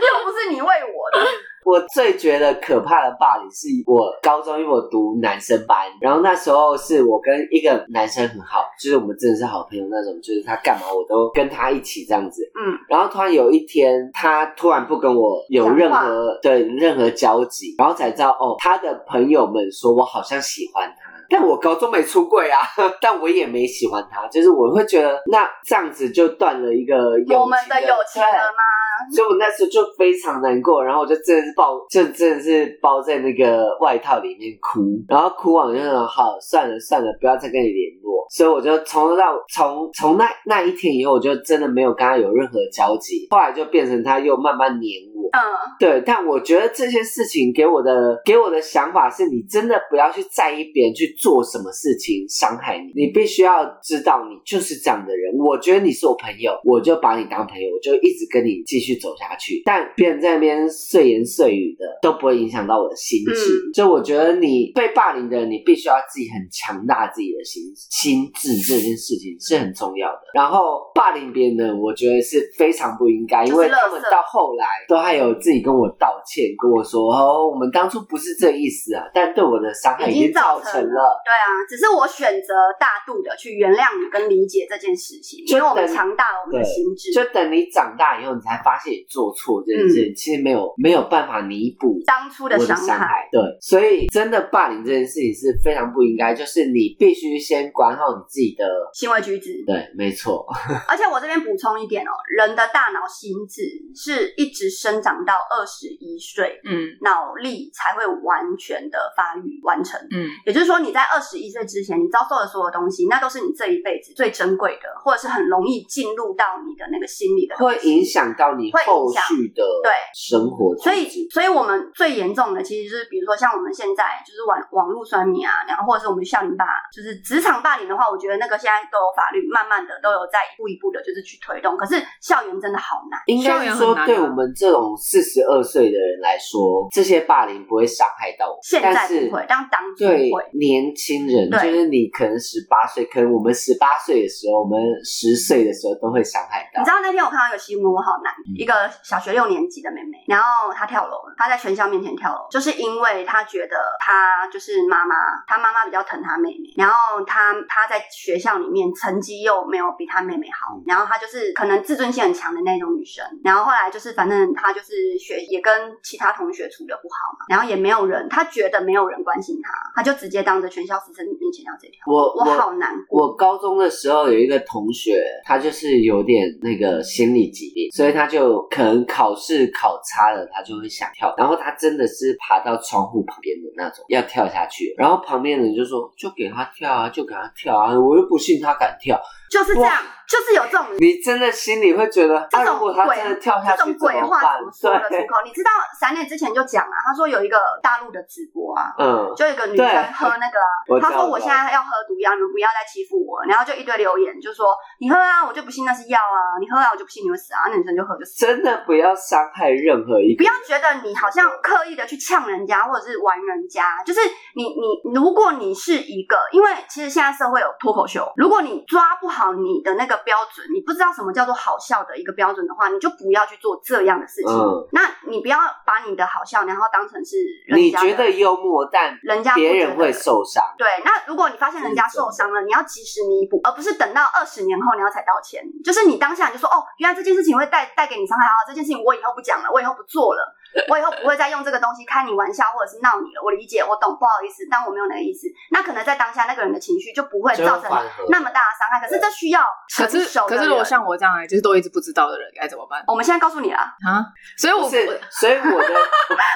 S2: 又不是你喂我的。
S4: 我最觉得可怕的霸凌是我高中，因为我读男生班，然后那时候是我跟一个男生很好，就是我们真的是好朋友那种，就是他干嘛我都跟他一起这样子。
S2: 嗯，
S4: 然后突然有一天，他突然不跟我有任何对任何交集，然后才知道哦，他的朋友们说我好像喜欢他。但我高中没出柜啊， 但我也没喜欢他，就是我会觉得那这样子就断了一个友情
S2: 我们的友情
S4: 对
S2: 了吗？
S4: 所以我那时候就非常难过，然后我就真的是抱，就真的是包在那个外套里面哭，然后哭完我就想好算了算了，不要再跟你联络。所以我就从头到从从那那一天以后，我就真的没有跟他有任何交集。后来就变成他又慢慢黏我，
S2: 嗯，
S4: 对，但我觉得这些事情给我的给我的想法是，你真的不要去在意别人去做什么事情伤害你，你必须要知道你就是这样的人。我觉得你是我朋友，我就把你当朋友，我就一直跟你继续走下去。但别人在那边碎言碎语的都不会影响到我的心智。
S2: 嗯
S4: 所以我觉得你被霸凌的人，你必须要自己很强大自己的心心智，这件事情是很重要的。然后霸凌别人的人，我觉得是非常不应该，因为
S2: 就是垃圾
S4: 他们到后来都还有自己跟我道歉，跟我说哦，我们当初不是这意思啊，但对我的伤
S2: 已
S4: 害已
S2: 经
S4: 经
S2: 造
S4: 造
S2: 成
S4: 成
S2: 了
S4: 了。
S2: 对啊，只是我选择大度的去原谅你跟理解这件事情，因为我们强大了我们的心智。
S4: 就等你长大以后，你才发现你做错这件
S2: 嗯
S4: 事情，其实没有没有办法弥补
S2: 当初
S4: 我的
S2: 伤
S4: 伤害。对，所以真的霸凌这件事情是非常不应该，就是你必须先管好你自己的。
S2: 行为举止，
S4: 对，没错，
S2: 而且我这边补充一点哦，人的大脑心智是一直生长到二十一岁，
S1: 嗯
S2: 脑力才会完全的发育完成。
S1: 嗯
S2: 也就是说，你在二十一岁之前，你遭受的所有东西，那都是你这一辈子最珍贵的，或者是很容易进入到你的那个心理的东
S4: 会
S2: 西
S4: 影响到你
S2: 会影响
S4: 后续的
S2: 对
S4: 生活
S2: 所
S4: 品质
S2: 以，所以我们最严重的其实就是，比如说像我们现在就是网网络酸民啊，然后或者是我们校园霸，就是职场霸凌的话，我觉得那个现在都有法律，慢慢的都有在一步一步的，就是去推动。可是校园真的好难，
S4: 应该是
S1: 校园很
S4: 说
S1: 难啊，
S4: 对我们这种四十二岁的人来说，这些霸凌不会伤害到我们，
S2: 现在
S4: 但是
S2: 不会，但当初
S4: 对
S2: 会。
S4: 年轻人，就
S2: 对
S4: 是你可能十八岁，可能我们十八岁的时候，我们十岁的时候都会伤害
S2: 你
S4: 到
S2: 知。道那天我看到一个新闻，我好难。
S4: 嗯
S2: 一个小学六年级的妹妹，然后她跳楼了，她在全校面前跳楼，就是因为她觉得她就是妈妈，她妈妈比较疼她妹妹，然后她她在学校里面成绩又没有比她妹妹好，
S4: 嗯
S2: 然后她就是可能自尊心很强的那种女生，然后后来就是反正她就是学也跟其他同学处的不好嘛，然后也没有人，她觉得没有人关心她，她就直接当着全校师生面前跳这条，
S4: 我
S2: 我好难过。
S4: 我高中的时候有一个同学，他就是有点那个心理疾病，所以他就可能考试考差了，他就会想跳。然后他真的是爬到窗户旁边的那种，要跳下去。然后旁边人就说：“就给他跳啊，就给他跳啊！”我又不信他敢跳。
S2: 就是这样，就是有这种
S4: 你真的心里会觉得，
S2: 这
S4: 啊、
S2: 种
S4: 如果他
S2: 鬼
S4: 真的跳下
S2: 这
S4: 去
S2: 种
S4: 怎么
S2: 鬼话怎么说
S4: 办？
S2: 得出
S4: 对，
S2: 口？你知道闪磊之前就讲啊，他说有一个大陆的直播啊，
S4: 嗯，
S2: 就有一个女
S4: 对
S2: 生喝那个啊，
S4: 我知
S2: 她说
S4: 道我
S2: 我
S4: 知
S2: 现
S4: 道
S2: 在要喝毒药，你们不要再欺负我，然后就一堆留言就说你喝啊，我就不信那是药啊，你喝啊，我就不信你会死啊，那女生就喝就死了。
S4: 真的不要伤害任何一
S2: 不
S4: 个
S2: 要觉得你好像刻意的去呛人家或者是玩人家，就是你你，如果你是一个，因为其实现在社会有脱口秀，如果你抓不好你的那个标准，你不知道什么叫做好笑的一个标准的话，你就不要去做这样的事情。
S4: 嗯
S2: 那你不要把你的好笑，然后当成是人
S4: 你
S2: 家的
S4: 觉得幽默，但
S2: 人家不
S4: 别
S2: 觉
S4: 人
S2: 得
S4: 会受伤。
S2: 对，那如果你发现人家受伤了，你要及时弥补，而不是等到二十年后你要才道歉。就是你当下你就说，哦，原来这件事情会带带给你伤害，好，这件事情我以后不讲了，我以后不做了，我以后不会再用这个东西开你玩笑或者是闹你了。我理解，我懂，不好意思，但我没有那个意思。那可能在当下那个人的情绪就不会
S4: 就会
S2: 造成
S4: 缓和
S2: 那么大的伤害，可是这需要成
S1: 可是
S2: 熟
S1: 可
S2: 的人。
S1: 是如果像我这样哎、就是都一直不知道的人该怎么办
S2: 我们现在告诉你了，
S1: 啊？所以我
S4: 不是
S1: 我，
S4: 所以 我的，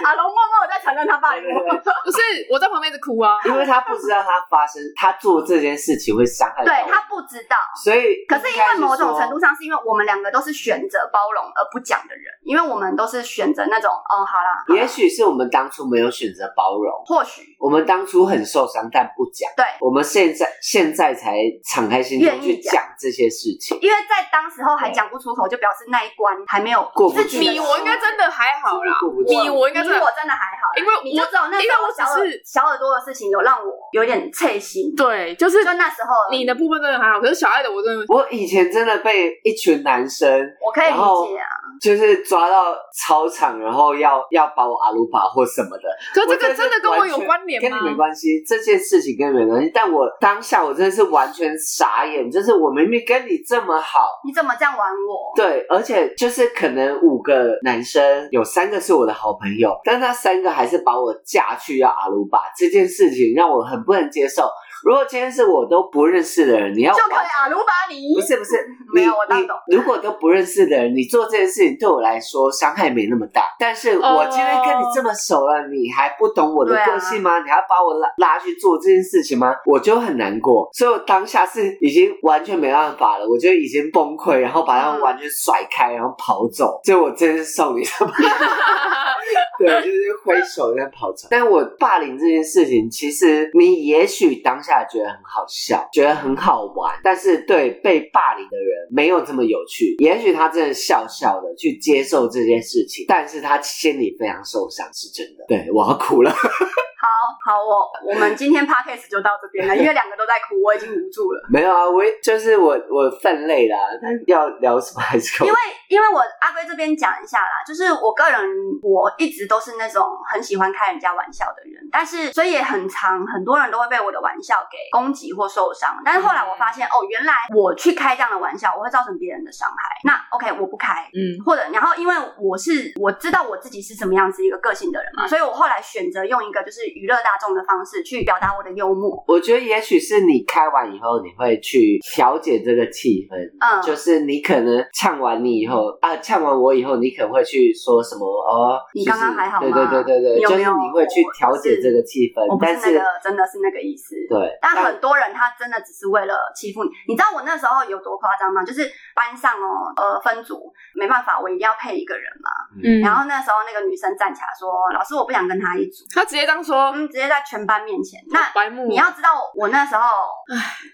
S2: 阿龙默默地在承认他霸凌我。
S1: 不是我在旁边一直哭啊
S4: 因为他不知道他发生，他做这件事情会伤害到
S2: 对
S4: 我，
S2: 他不知道，
S4: 所以
S2: 可是因为某种程度
S4: 度，
S2: 上，是因为我们两个都是选择包容而不讲的人，因为我们都是选择那种哦，好啦，
S4: 也许是我们当初没有选择包容，
S2: 或许
S4: 我们当初很受伤但不讲，
S2: 对
S4: 我们现在现在才敞开心胸
S2: 愿意
S4: 去
S2: 讲
S4: 讲这些事情。
S2: 因为在当时候还讲不出口，就表示那一关还没有
S4: 过不去
S2: 自己的
S1: 你我应该真的还好啦
S4: 过不，去
S1: 你我应该
S2: 你
S1: 真的
S2: 我真的还好啦，
S1: 因为
S2: 你就
S1: 我
S2: 只有那时候小
S1: 因为我
S2: 耳
S1: 只是
S2: 小耳朵的事情有让我有点刺心，
S1: 对，就是
S2: 就那时候
S1: 你的部分真的还好，可是小爱的我 真的
S4: 我以前真的被一群男生
S2: 我可以理
S4: 然后
S2: 解啊，
S4: 就是抓到操场，然后要要把我阿鲁巴或什么的，
S1: 可哦是这
S4: 我
S1: 个真的跟我有关联
S4: 跟
S1: 吗
S4: 你？没关系，这件事情跟你没关系。但我当下我真的是完全傻眼，就是我明明跟你这么好，
S2: 你怎么这样玩我？
S4: 对，而且就是可能五个男生有三个是我的好朋友，但那三个还是把我架去要阿鲁巴，这件事情让我很不能接受。如果今天是我都不认识的人，你要
S2: 就可以阿鲁巴尼
S4: 不。是不是，
S2: 没有
S4: 你
S2: 我大
S4: 你
S2: 懂
S4: 如果都不认识的人，你做这件事情对我来说伤害没那么大。但是我今天跟你这么熟了，你还不懂我的
S2: 对啊
S4: 个性吗？你还要把我拉拉去做这件事情吗？我就很难过，所以我当下是已经完全没办法了，我就已经崩溃，然后把他
S2: 嗯
S4: 们完全甩开，然后跑走。就我真是送你他们，对，就是挥手在跑走。但我霸凌这件事情，其实你也许当下觉得很好笑，觉得很好玩，但是对被霸凌的人没有这么有趣。也许他真的笑笑的去接受这件事情，但是他心里非常受伤，是真的。对我要哭了，
S2: 好好哦，我们今天 podcast 就到这边了，因为两个都在哭，我已经无助了。
S4: 没有啊，我就是我我分类啦，但要聊什么还是跟
S2: 因
S4: 我
S2: 为因为我阿龟这边讲一下啦，就是我个人我一直都是那种很喜欢开人家玩笑的人，但是所以也很常很多人都会被我的玩笑给攻击或受伤。但是后来我发
S4: 嗯
S2: 现，哦，原来我去开这样的玩笑，我会造成别人的伤害。那 OK，我不开，
S1: 嗯
S2: 或者然后因为我是我知道我自己是什么样子一个个性的
S4: 嗯
S2: 人嘛，所以我后来选择用一个就是娱乐大众的方式去表达我的幽默。
S4: 我觉得也许是你开完以后，你会去调节这个气氛，
S2: 嗯，
S4: 就是你可能唱完你以后啊，唱完我以后，你可能会去说什么哦，
S2: 你
S4: 就是
S2: 刚刚还好吗
S4: 对对对对对，
S2: 你有
S4: 就
S2: 没
S4: 是
S2: 有
S4: 你会去调节这个气
S2: 我
S4: 氛，
S2: 不是
S4: 但
S2: 那
S4: 是
S2: 个，真的是那个意思。
S4: 对，
S2: 但很多人他真的只是为了欺负你，你知道我那时候有多夸张吗？就是班上哦，呃，分组没办法，我一定要配一个人嘛。
S1: 嗯，
S2: 然后那时候那个女生站起来说：“老师，我不想跟他一组。
S1: 他直接这样”说，
S2: 嗯，直接在全班面前。那
S1: 白目，
S2: 你要知道，我那时候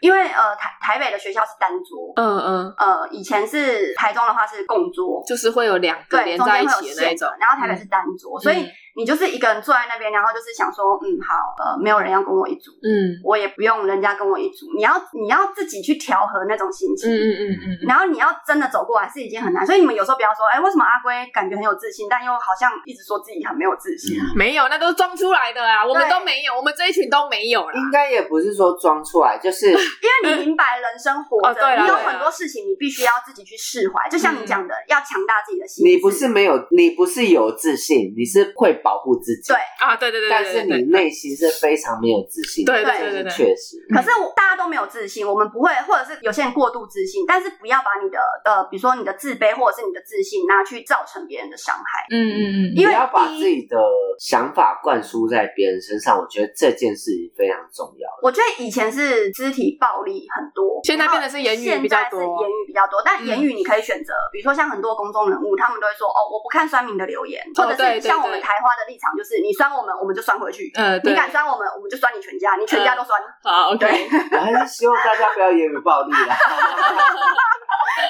S2: 因为呃台台北的学校是单桌，
S1: 嗯嗯，
S2: 呃以前是台中的话是共桌，
S1: 就是会有两个
S2: 对，
S1: 连
S2: 中
S1: 在
S2: 间
S1: 一
S2: 会有
S1: 起的那
S2: 线
S1: 一种
S2: 的，，然后台北是单桌，所以
S1: 嗯
S2: 你就是一个人坐在那边，然后就是想说，嗯，好，呃，没有人要跟我一组，
S1: 嗯
S2: 我也不用人家跟我一组，你要你要自己去调和那种心
S1: 嗯
S2: 情。
S1: 嗯嗯嗯嗯，
S2: 然后你要真的走过来是一件很难，所以你们有时候不要说，哎，为什么阿龟感觉很有自信，但又好像一直说自己很没有自信？啊
S4: 嗯
S1: 没有，那都是装出来的啊，我们
S2: 对嗯
S1: 都没有，我们这一群都没有啦。
S4: 应该也不是说装出来，就是
S2: 因为你明白人生活
S1: 哦对
S2: 着，
S1: 啦
S2: 你有
S1: 对嗯啦
S2: 很多事情你必须要自己去释怀，就像你讲的，要强大自己的心智。
S4: 你不是没有，你不是有自信，你是会保护自己，
S2: 对
S1: 啊，对对对
S4: 但
S1: 对
S4: 是
S1: 对
S4: 你
S1: 对，
S4: 内心是非常没有自信的，
S1: 对
S2: 对
S1: 对对
S4: 这
S1: 对
S4: 是确实。
S2: 可是我大家都没有自信，我们不会，或者是有些人过度自信，但是不要把你的呃，比如说你的自卑或者是你的自信拿去造成别人的伤害。
S1: 嗯嗯嗯
S4: 你
S2: 因为
S4: 要把
S2: 第一
S4: 自己的想法灌输在别人身上，我觉得这件事情非常重要。
S2: 我觉得以前是肢体暴力很多，
S1: 现在变得是言语比较多嗯
S2: 现在是言语比较多。但言语你可以选择，比如说像很多公众人物，他们都会说哦，我不看酸民的留言，
S1: 哦
S2: 或者
S1: 对对
S2: 是像我
S1: 对
S2: 们台花的立场，就是你酸我们，我们就酸回去。
S1: 呃，对
S2: 你，敢酸我们，我们就酸你全家，你全家都酸。
S1: 好，OK，
S2: 对，
S4: 我还是希望大家不要言语暴力啊啦。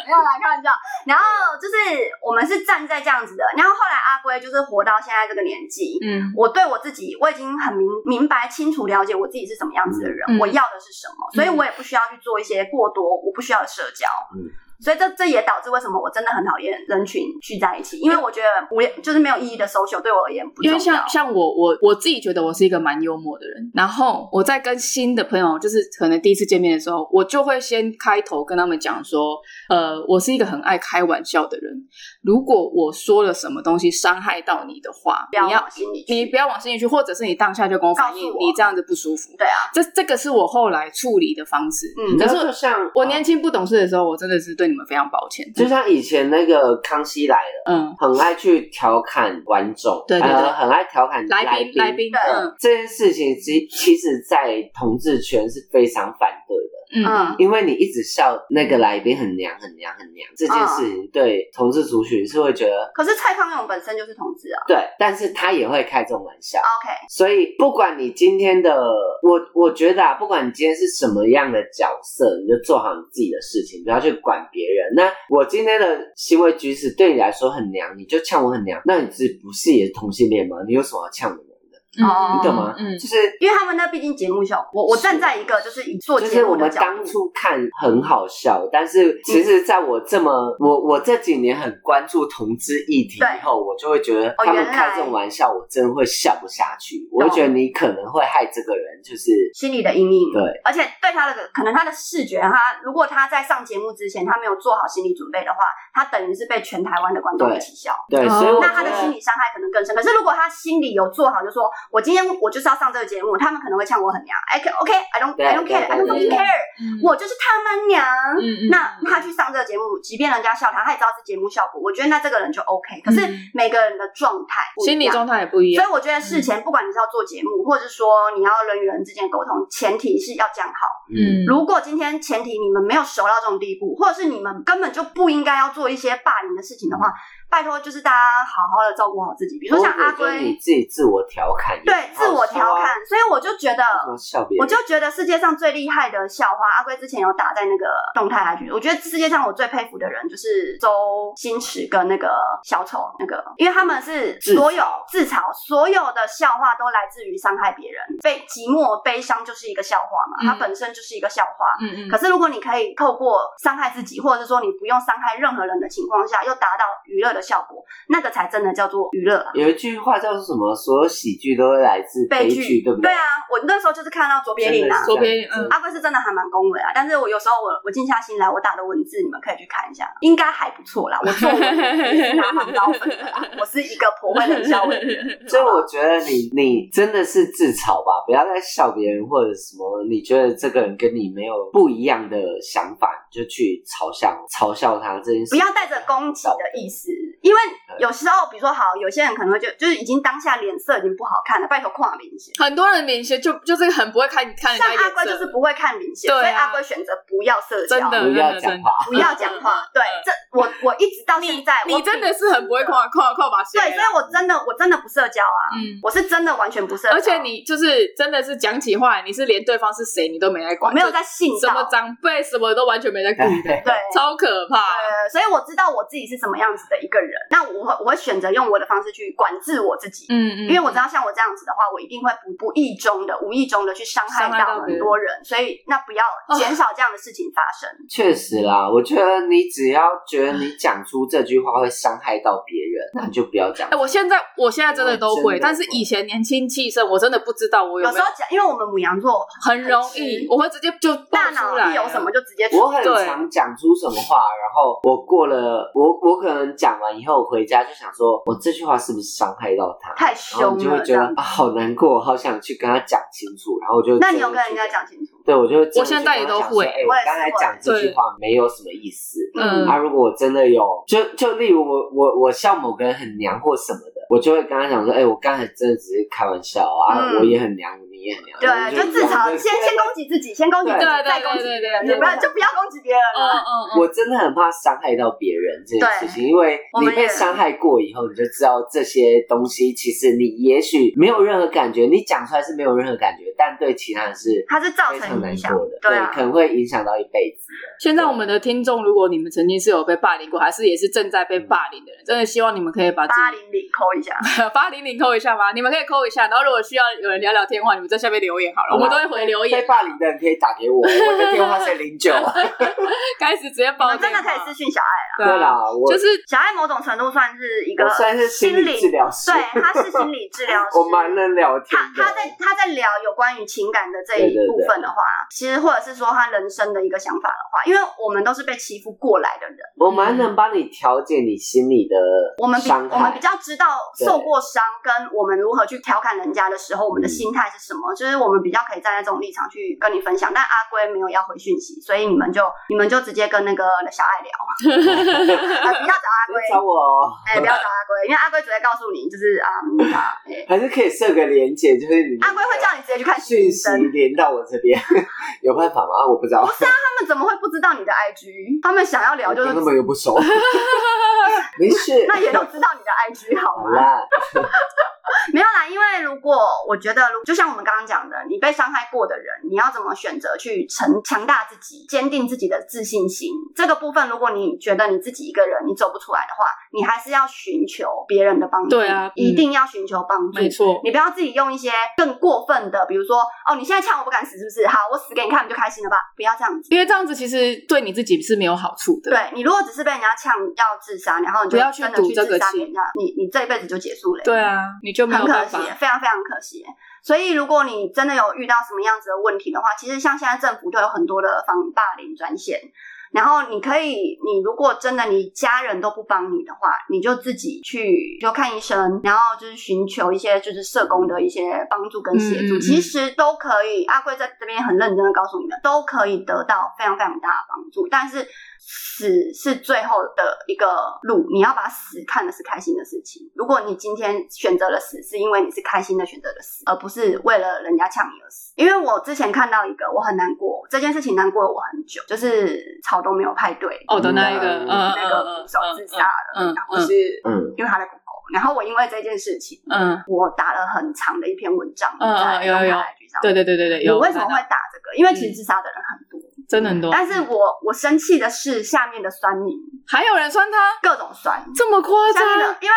S2: 没有啦，开玩笑。然后就是我们是站在这样子的，然后后来阿龟就是活到现在这个年纪，
S1: 嗯
S2: 我对我自己，我已经很明明白、清楚了解我自己是什么样子的人，
S1: 嗯
S2: 我要的是什么，所以我也不需要去做一些过多我不需要的社交。
S4: 嗯
S2: 所以这这也导致为什么我真的很讨厌人群聚在一起，因为我觉得无就是没有意义的 social 对我而言不
S1: 因
S2: 重
S1: 为像
S2: 要。
S1: 像我我我自己觉得我是一个蛮幽默的人，然后我在跟新的朋友，就是可能第一次见面的时候，我就会先开头跟他们讲说，呃，我是一个很爱开玩笑的人，如果我说了什么东西伤害到你的话，
S2: 不要
S1: 你要
S2: 往心里去
S1: 你不要往心里去，或者是你当下就跟我反映
S2: 告诉我
S1: 你这样子不舒服，
S2: 对啊，
S1: 这这个是我后来处理的方式。
S2: 嗯
S1: 可
S4: 然
S1: 是
S4: 后就像啊
S1: 我年轻不懂事的时候，我真的是对你们非常抱歉。
S4: 就像以前那个康熙来了，
S1: 嗯，
S4: 很爱去调侃观众，
S1: 对对对
S4: 呃很爱调侃
S1: 来宾
S4: 宾
S1: 来宾，
S2: 对
S1: 嗯
S4: 这件事情其其实，在同志圈是非常反对的，
S1: 嗯
S2: 嗯，
S4: 因为你一直笑那个来宾很娘很娘很娘，这件事
S1: 嗯
S4: 情对同志族群是会觉得
S2: 可是蔡康永本身就是同志啊。
S4: 对，但是他也会开这种玩笑。
S2: OK，
S4: 所以，不管你今天的我，我觉得啊，不管你今天是什么样的角色，你就做好你自己的事情，不要去管别人。那我今天的行为举止对你来说很娘，你就呛我很娘，那你是不是也是同性恋吗？你有什么要呛我们的？
S1: 嗯
S2: 哦
S4: 你懂吗？
S1: 嗯，
S4: 就是
S2: 因为他们那毕竟节目效果，我我站在一个就是以做
S4: 就是
S2: 节
S4: 我
S2: 目的
S4: 们
S2: 角
S4: 当
S2: 度，
S4: 初看很好笑，但是其实在我这么我我这几年很关注同志议题以后，我就会觉得
S2: 哦
S4: 他们
S2: 原来
S4: 开这种玩笑，我真的会笑不下去。我会觉得你可能会害这个人，就是
S2: 心理的阴影。
S4: 对。
S2: 而且对他的可能他的视觉，他如果他在上节目之前他没有做好心理准备的话，他等于是被全台湾的观众
S4: 对
S2: 一起笑。
S4: 对，
S1: 哦
S4: 所以我
S2: 那他的
S4: 觉得
S2: 心理伤害可能更深。可是如果他心里有做好，就说我今天我就是要上这个节目，他们可能会呛我很娘，I can OK I don't I don't
S4: 对
S2: care I don't fucking
S4: 对对对
S2: care，我
S1: 嗯
S2: 就是他们娘。
S5: 嗯嗯
S2: 那他去上这个节目，即便人家笑他，他也知道是节目效果。我觉得那这个人就 OK。可是
S5: 嗯
S2: 每个人的状态不一样
S1: 心理状态也不一
S2: 所
S1: 样。
S2: 以我觉得事前，不管你是要做节目，或者是说你要人与人之间的沟通，前提是要讲好。
S5: 嗯，
S2: 如果今天前提你们没有熟到这种地步，或者是你们根本就不应该要做一些霸凌的事情的话，拜托就是大家好好的照顾好自己。比如说像阿
S4: 我觉得你
S2: 龟，
S4: 自己自我调侃，
S2: 对自我调
S4: 啊
S2: 侃，，所以我就觉得。
S4: 我笑别人，
S2: 我就觉得世界上最厉害的校花，阿龟之前有打在那个动态 IG，我觉得世界上我最佩服的人就是周星驰跟那个小丑那个，因为他们是
S4: 自嘲
S2: 所有自嘲，所有的笑话都来自于伤害别人，被寂寞悲伤就是一个笑话嘛，
S5: 嗯
S2: 它本身就是一个笑话。
S5: 嗯嗯
S2: 可是如果你可以透过伤害自己，或者是说你不用伤害任何人的情况下，又达到娱乐的效果，那个才真的叫做娱乐啊。
S4: 有一句话叫做什么？所有喜剧都会来自
S2: 悲
S4: 剧，对不
S2: 对？啊，我那时候就是看到卓别林啊，
S4: 真
S5: 左
S4: 的是这样
S5: 边嗯
S2: 阿贵是真的还蛮恭维啊，但是我有时候我我静下心来，我打的文字你们可以去看一下，应该还不错啦。我作文也是拿蛮高分的 啦，我是一个颇会冷笑
S1: 嗯
S2: 话的 人。
S4: 所以我觉得你你真的是自嘲吧，不要再笑别人或者什么。你觉得这个人跟你没有不一样的想法，你就去嘲笑嘲笑他这件事。
S2: 不要带着攻击的意思，因为有时候，比如说好，有些人可能会就就是已经当下脸色已经不好看了，拜托跨明显。
S1: 很多人明显就就是很不会看看人
S2: 像
S1: 家
S2: 阿
S1: 眼
S2: 龟就
S1: 色，
S2: 是不会看明显，
S1: 对啊
S2: 所以阿龟选择不要社交，
S1: 真的
S4: 不要讲话，
S2: 不要讲话。对，这我我一直到现在，
S1: 你
S2: 我
S1: 真的是很不会跨啊跨跨把线。
S2: 对，所以我真的我真的不社交啊，
S5: 嗯，
S2: 我是啊真的完全不社交，
S1: 而且你就是真的是讲起话来，你是连对方是谁你都没在
S2: 我
S1: 管，
S2: 没有
S1: 就
S2: 在信
S1: 什么
S2: 到。
S1: 长辈什么都完全没在顾的，
S2: 对，
S1: 超可怕。
S2: 呃，所以我知道我自己是什么样子的一个人，那我会我会选择用我的方式去管制我自己。
S5: 嗯嗯，
S2: 因为我知道像我这样子的话，我一定会不不意中的、无意中的去伤害
S1: 伤害到
S2: 到
S1: 别
S2: 很
S1: 人哦
S2: 多人，所以那不要减少这样的事情发生。
S4: 确实啦，我觉得你只要觉得你讲出这句话会伤害到别人，那你就不要讲
S1: 哎、。我现在我现在真的都
S4: 我真
S1: 会，
S4: 的
S1: 但是以前年轻气盛，我真的不知道我有没
S2: 有时
S1: 有
S2: 候讲，因为我们母羊座
S1: 很容
S2: 很
S1: 易
S2: 直，
S1: 我会直接就爆
S2: 大
S1: 出
S2: 脑
S1: 来。啊
S2: 一有什么？就直接 出
S4: 我很
S1: 对
S4: 常讲出什么话，然后我过了，我我可能讲完以后回家就想说，我这句话是不是伤害到 他？
S2: 太
S4: 然
S2: 凶
S4: 后你就会
S2: 了。这
S4: 觉得
S2: 样
S4: 啊，好难过，好想去跟他讲清楚，然后我就
S2: 那你有跟
S4: 真的
S2: 人
S4: 去
S2: 家？讲清楚？
S4: 对，我就会真的
S1: 我现在也都
S4: 去跟
S1: 会
S4: 他
S2: 我也
S4: 讲说哎
S2: 是
S4: 我刚才讲这句话没有什么意思。
S1: 嗯
S4: 啊，如果我真的有，就就例如我我我笑某个人很娘或什么的，我就会跟他讲说，哎、我刚才真的只是开玩笑啊，
S2: 嗯
S4: 我也很娘，你也很娘，然后
S2: 对，就自嘲，先先攻击自己，先攻击自己，
S1: 对对
S2: 再
S1: 对
S2: 攻击
S1: 对
S2: 别
S1: 对
S2: 人，
S1: 对
S2: 你不要就不要攻击别人
S1: 嗯
S2: 了。
S1: 嗯嗯，
S4: 我真的很怕伤害到别人这件事情，因为
S2: 我
S4: 你
S2: 们也
S4: 被伤害过以后，你就知道这些东西其实你也许没有任何感觉，你讲出来是没有任何感觉，但对其他人是
S2: 它是造
S4: 非
S2: 成
S4: 常难
S2: 影响
S4: 过的，，
S2: 对啊
S4: 可，能会影响到一辈子。
S1: 现在我们的听众，如果你们曾经是有被霸凌过，还是也是正在被霸凌的人，真的希望你们可以把自
S2: 八
S1: 己
S2: 零零扣一下。
S1: 八零零扣一下吗？你们可以扣一下，然后如果需要有人聊聊天的话，你们在下面留言好了，我们都会回留言
S4: 被。霸凌的人可以打 给我，我的电话是零九。
S2: 啊
S1: 开始直接
S2: 我
S1: 报
S2: 们真的
S1: 电话
S2: 可以私讯小爱。
S4: 对
S1: 啊，
S4: 啦，我
S1: 就是
S2: 小爱某种程度算是一个
S4: 我算是心
S2: 心
S4: 理治疗师，
S2: 对，他是心理治疗师。
S4: 我蛮能聊天
S2: 他
S4: 的。
S2: 他在他在聊有关于情感的这
S4: 对
S2: 一
S4: 对对
S2: 部分的话，其实或者是说他人生的一个想法的话，因为我们都是被欺负过来的人，
S4: 我蛮能帮你调节你心里的
S2: 嗯我们比
S4: 伤害
S2: 我们比较知道
S4: 对
S2: 受过伤，跟我们如何去调侃人家的时候，我们的
S4: 嗯
S2: 心态是什么，就是我们比较可以站在这种立场去跟你分享。但阿龟没有要回讯息，所以你们就你们就直接跟那个小爱 聊， 啊不要找阿龟
S4: 来，找我哦，
S2: 哎、不要找阿龟，因为阿龟只会告诉你，就是啊嗯啊，哎
S4: 还是可以设个连接，就是你
S2: 阿龟会叫你直接去看心
S4: 讯
S2: 理
S4: 息
S2: 生。
S4: 连到我这边， 有办法吗？我不知道，
S2: 他们怎么会不知道你的 IG？他们想要聊
S4: 我
S2: 就
S4: 跟
S2: 是
S4: 他们又 不熟，没事，
S2: 那也都知道你的 IG 好
S4: 好
S2: 吗？
S4: 啦，
S2: 没有啦，因为如果我觉得，如就像我们刚刚讲的，你被伤害过的人，你要怎么选择去成强大自己，坚定自己的自信心？这个部分，如果你觉得你自己一个人你走不出来的话，你还是要寻求别人的帮助。
S1: 对啊嗯
S2: 一定要寻求帮助
S1: 没。错，
S2: 你不要自己用一些更过分的，比如说哦，你现在呛我不敢死是不是？好，我死给你看，你就开心了吧？不要这样子。
S1: 因为这样子其实对你自己是没有好处的。
S2: 对你如果只是被人家呛要自杀，然后你就
S1: 不要去
S2: 真的
S1: 赌
S2: 去
S1: 这个
S2: 自杀
S1: 气
S2: 给人家，你你这一辈子就结束了。欸
S1: 对啊，你就没
S2: 很
S1: 有
S2: 可
S1: 办
S2: 惜欸
S1: 法。，
S2: 非常非常可惜。所以，如果你真的有遇到什么样子的问题的话，其实像现在政府都有很多的防霸凌专线。然后你可以，你如果真的你家人都不帮你的话，你就自己去就看医生，然后就是寻求一些就是社工的一些帮助跟协助，
S1: 嗯嗯嗯
S2: 其实都可以。阿贵在这边很认真的告诉你们，都可以得到非常非常大的帮助，但是。死是最后的一个路，你要把死看的是开心的事情。如果你今天选择了死，是因为你是开心的选择了死，而不是为了人家呛你而死。因为我之前看到一个，我很难过，这件事情难过了我很久，就是草东没有派对，
S1: 哦的那一个，
S4: 嗯
S1: 嗯
S2: 那个
S1: 嗯
S2: 鼓手自杀了，
S1: 嗯嗯
S2: 然后
S1: 嗯
S2: 是
S4: 嗯
S2: 因为他的狗狗，然后我因为这件事情，
S1: 嗯嗯，
S2: 我打了很长的一篇文章
S1: 嗯嗯
S2: 在
S1: 有有有
S2: IG 上，
S1: 对对对对对，有
S2: 我为什么
S1: 看到
S2: 会打这个？因为其实自杀的人很多，
S1: 真的很多？嗯
S2: 但是我我生气的是下面的酸民
S1: 还有人穿它
S2: 各种酸。
S1: 这么夸
S2: 下面
S1: 张
S2: 的，？因为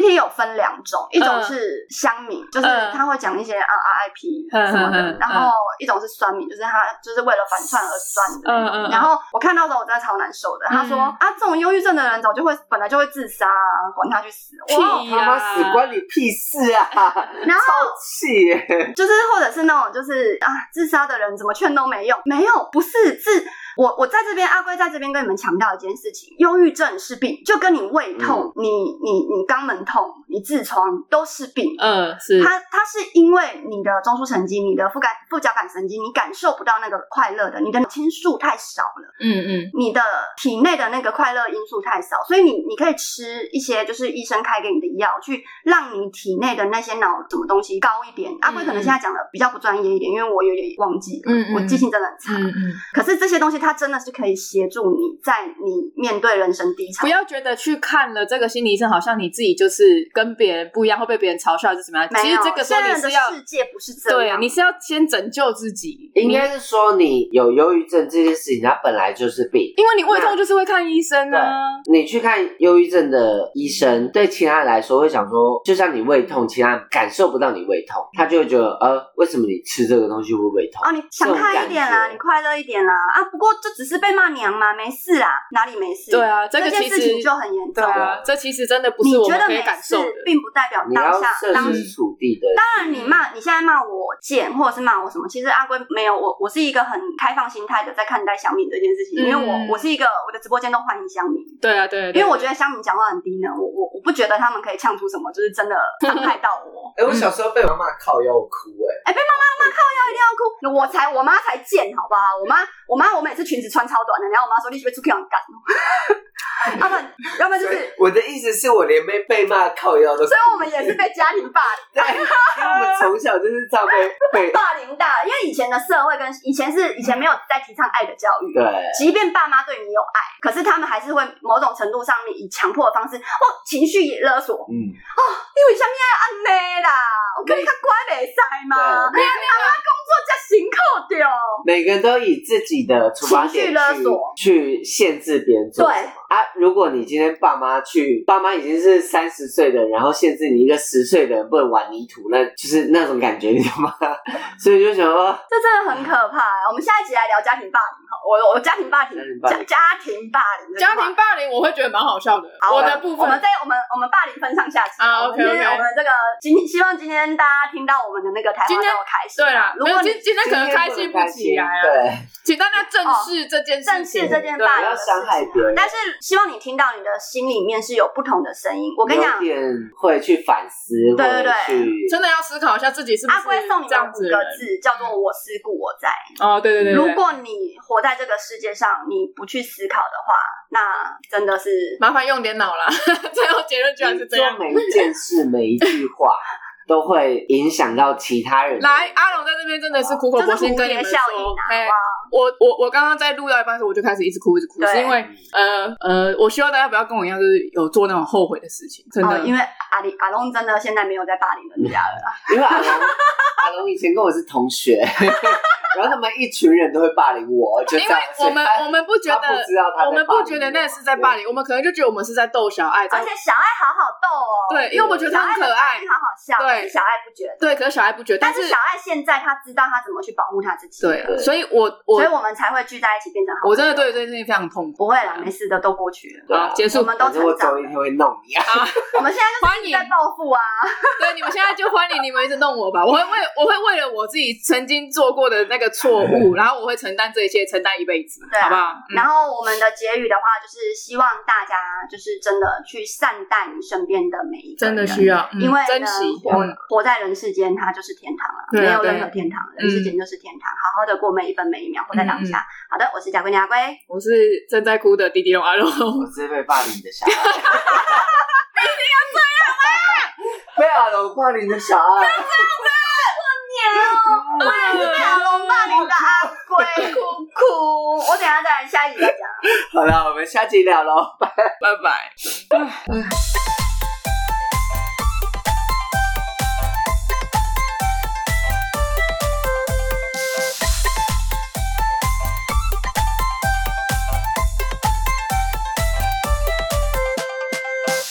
S2: PPT 有分两种，一种
S1: 嗯
S2: 是乡民，就是
S1: 嗯
S2: 他会讲一些啊 RIP
S1: 嗯
S2: 什么
S1: 嗯
S2: 的
S1: 嗯，
S2: 然后一种是酸民，就是他就是为了反串而酸的那
S1: 嗯嗯嗯
S2: 种。然后我看到的时候我真的超难受的，他说
S1: 嗯
S2: 啊，这种忧郁症的人早就会本来就会自杀啊，管他去死。哇，哦
S1: 屁
S4: 他妈死关你屁事啊！
S2: 然后
S4: 超气耶！
S2: 就是或者是那种就是啊，自杀的人怎么劝都没用，没有，不是自我我在这边阿龟在这边跟你们强调一件事情，忧郁症是病，就跟你胃痛、你你你肛门痛、你痔疮都是病。
S1: 嗯，是
S2: 它它是因为你的中枢神经、你的副感副交感神经，你感受不到那个快乐的，你的亲数太少了。
S1: 嗯嗯
S2: 你的体内的那个快乐因素太少，所以你你可以吃一些就是医生开给你的药，去让你体内的那些脑什么东西高一点。阿贵可能现在讲的比较不专业一点，因为我有点忘记了，
S1: 嗯嗯
S2: 我记性真的很差。
S1: 嗯嗯，
S2: 可是这些东西它真的是可以协助你在你面对人生低潮
S1: 不。要觉得去看了这个心理医生，好像你自己就是跟别人不一样，会被别人嘲笑还是怎么样？
S2: 没
S1: 其实
S2: 有，
S1: 这个时候
S2: 现
S1: 你
S2: 在的
S1: 是要
S2: 世界不是这
S1: 对，
S2: 样，
S1: 你是要先拯救自己，
S4: 应
S1: 你
S4: 该是说你有忧郁症这件事情，它本来就是病。
S1: 因为你胃痛就是会看医生啊。
S4: 你去看忧郁症的医生，对其他人来说会想说，就像你胃痛，其他人感受不到你胃痛，他就会觉得，呃，为什么你吃这个东西会胃痛？
S2: 哦，你想开一点
S4: 这种感
S2: 啦，
S4: 觉
S2: 你快乐一点啦啊！不过这只是被骂娘嘛，没事啦，哪里没事？
S1: 对啊，这
S2: 这
S1: 个
S2: 件
S1: 其
S2: 事情
S1: 实
S2: 就很严重
S1: 对。啊，这其实真的不是我
S2: 你觉
S1: 们
S2: 得
S1: 可以
S2: 没事，
S1: 感受的。嗯
S2: 并不代表
S4: 你要
S2: 当下
S4: 设
S2: 当
S4: 身处地的，
S2: 当然，你骂你现在骂我贱，或者是骂我什么？其实阿龟没有我，我是一个很开放心态的在看待乡民这件事情，因为
S1: 嗯
S2: 我我是一个我的直播间都欢迎乡民，
S1: 对啊，对啊，对啊
S2: 因为我觉得乡民讲话很低能，我我我不觉得他们可以呛出什么，就是 真的伤害到我
S3: 哎、我小时
S2: 嗯
S3: 候被妈妈靠腰我哭哎、
S2: 他一定要哭，我才我妈才贱，好不好？我妈我妈我每次裙子穿超短的，然后我妈说你是不是出去很干？ 要不然要不然就是，
S3: 我的意思是我连被被骂靠腰都，
S2: 所以我们也是被家庭霸凌。
S3: 对，因为我们从小就是这样被被，
S2: 霸凌大，因为以前的社会跟以前是以前没有在提倡爱的教育，
S4: 对，
S2: 即便爸妈对你有爱，可是他们还是会某种程度上面以强迫的方式，哦，情绪勒索，哦，
S4: 嗯，
S2: 你为什么要按呢啦？我跟你较乖袂使吗？
S4: 对
S2: 你阿妈工作才辛苦掉，
S4: 每个人都以自己的出发
S2: 情
S4: 点
S2: 绪勒索
S4: 去去限制别人做
S2: 对
S4: 什么啊。如果你今天爸妈去，爸妈已经是三十岁的人，然后限制你一个十岁的人不能玩泥土，那就是那种感觉，你懂吗？ 所以就想说，
S2: 这真的很可怕。欸我们下一集来聊家庭霸凌哈，我我家庭霸凌
S4: 家庭，霸
S2: 家
S4: 凌
S2: 家庭霸凌，
S1: 家庭霸凌，我会觉得蛮好笑的。
S2: 好
S1: 我的部
S2: 我们
S1: 分
S2: 在我们我们霸凌分上下集。
S1: 啊
S2: 我们今天
S1: OK，OK
S2: 我们这个今希望今天大家听到我们的那个台
S1: 今
S2: 湾
S1: 天
S2: 都开心。
S1: 对啦，
S2: 如
S1: 没有
S2: 果你
S1: 今今天可能开心不起来啊，
S4: 对。
S1: 请大家正视这件事情，
S2: 哦正视这件
S1: 对
S2: 霸
S4: 不
S2: 凌
S4: 要
S2: 的事情
S4: 伤害别人
S2: 但是希望你听到你的心里面是有不同的声音。我跟你讲
S4: 有，点会去反思，
S2: 对对对
S4: 或者去
S1: 真的要思考一下自己是不
S2: 阿
S1: 是
S2: 龟送你
S1: 这
S2: 们
S1: 样
S2: 五
S1: 子的
S2: 个
S1: 人。
S2: 字，叫做“我思故我在”
S1: 哦，对对对，对
S2: 如果你活在这个世界上，你不去思考的话，那真的是
S1: 麻烦用点脑啦。 最后结论居然
S4: 你
S1: 是这样
S4: 做。每一件事、每一句 话，都会影响到其他人。
S1: 来，阿龙在这边哦真的是苦口
S2: 这
S1: 婆
S2: 是
S1: 心
S2: 蝴
S1: 跟你
S2: 蝶
S1: 们
S2: 效
S1: 说
S2: 应啊！，
S1: 嘿
S2: 哇，
S1: 我我我刚刚在录到一半的时候，我就开始一直哭，一直哭，
S2: 对
S1: 是因为呃呃，我希望大家不要跟我一样，就是有做那种后悔的事情，真
S2: 哦
S1: 的，，
S2: 因为阿里阿龙真的现在没有在霸凌人家了，
S4: 因为阿龙， 阿龙以前跟我是同学，然后他们一群人都会霸凌我，就
S1: 因
S4: 这
S1: 为
S4: 样。
S1: 我们
S4: 所以他
S1: 我们不觉
S4: 他
S1: 得
S4: 不知道他在霸凌
S1: 我们不觉得那是在霸凌，
S4: 对
S1: 我们可能就觉得我们是在逗小爱，在
S2: 而且小爱好好逗哦，
S1: 对，因为我们觉得
S2: 小
S1: 他
S2: 爱
S1: 很可
S2: 的反
S1: 爱
S2: 应，好好笑，
S1: 对
S2: 但是小爱不觉得，
S1: 对，可是小爱不觉得，
S2: 但
S1: 是
S2: 是小爱现在他知道他怎么去保护他自己，
S1: 对，
S4: 对
S1: 所以我我
S2: 所以我们才会聚在一起变成好朋友。
S1: 我真的对这件事情非常痛苦。
S2: 不会啦，没事的，都过去了。
S4: 对啊
S1: 好，结
S2: 我
S1: 束。
S2: 们都
S4: 反正我
S2: 成长
S4: 总有
S2: 了。
S4: 一天会弄你啊！
S2: 我们现在
S1: 欢
S2: 就
S1: 迎
S2: 是在报复啊！
S1: 对，你们现在就欢迎你们一直弄我吧，我会为我会为了我自己曾经做过的那个错 误，然后我会承担这一切，承担一辈子，
S2: 对啊
S1: 好不好？嗯
S2: 然后我们的结语的话，就是希望大家就是真的去善待你身边的每一个
S1: 真
S2: 人，
S1: 的需要，嗯
S2: 因为呢
S1: 珍惜，
S2: 活
S1: 嗯
S2: 活在人世间，它就是天堂了，
S1: 对啊
S2: 没有
S1: 对啊
S2: 任何天堂，人世间就是天堂，好好的过每一分每一秒，活在
S1: 嗯
S2: 当下。好的，我是贾桂妮阿龟，你
S1: 我是正在哭的滴滴龙阿龙，
S4: 我是被霸凌的 小孩，
S1: 啊
S4: 被阿龙霸凌的小孩，
S2: 亚龙霸凌的阿龟，哭哭，我等一下再下一集再讲。
S4: 好了，我们下集聊喽。
S1: 拜拜。
S2: 拜拜。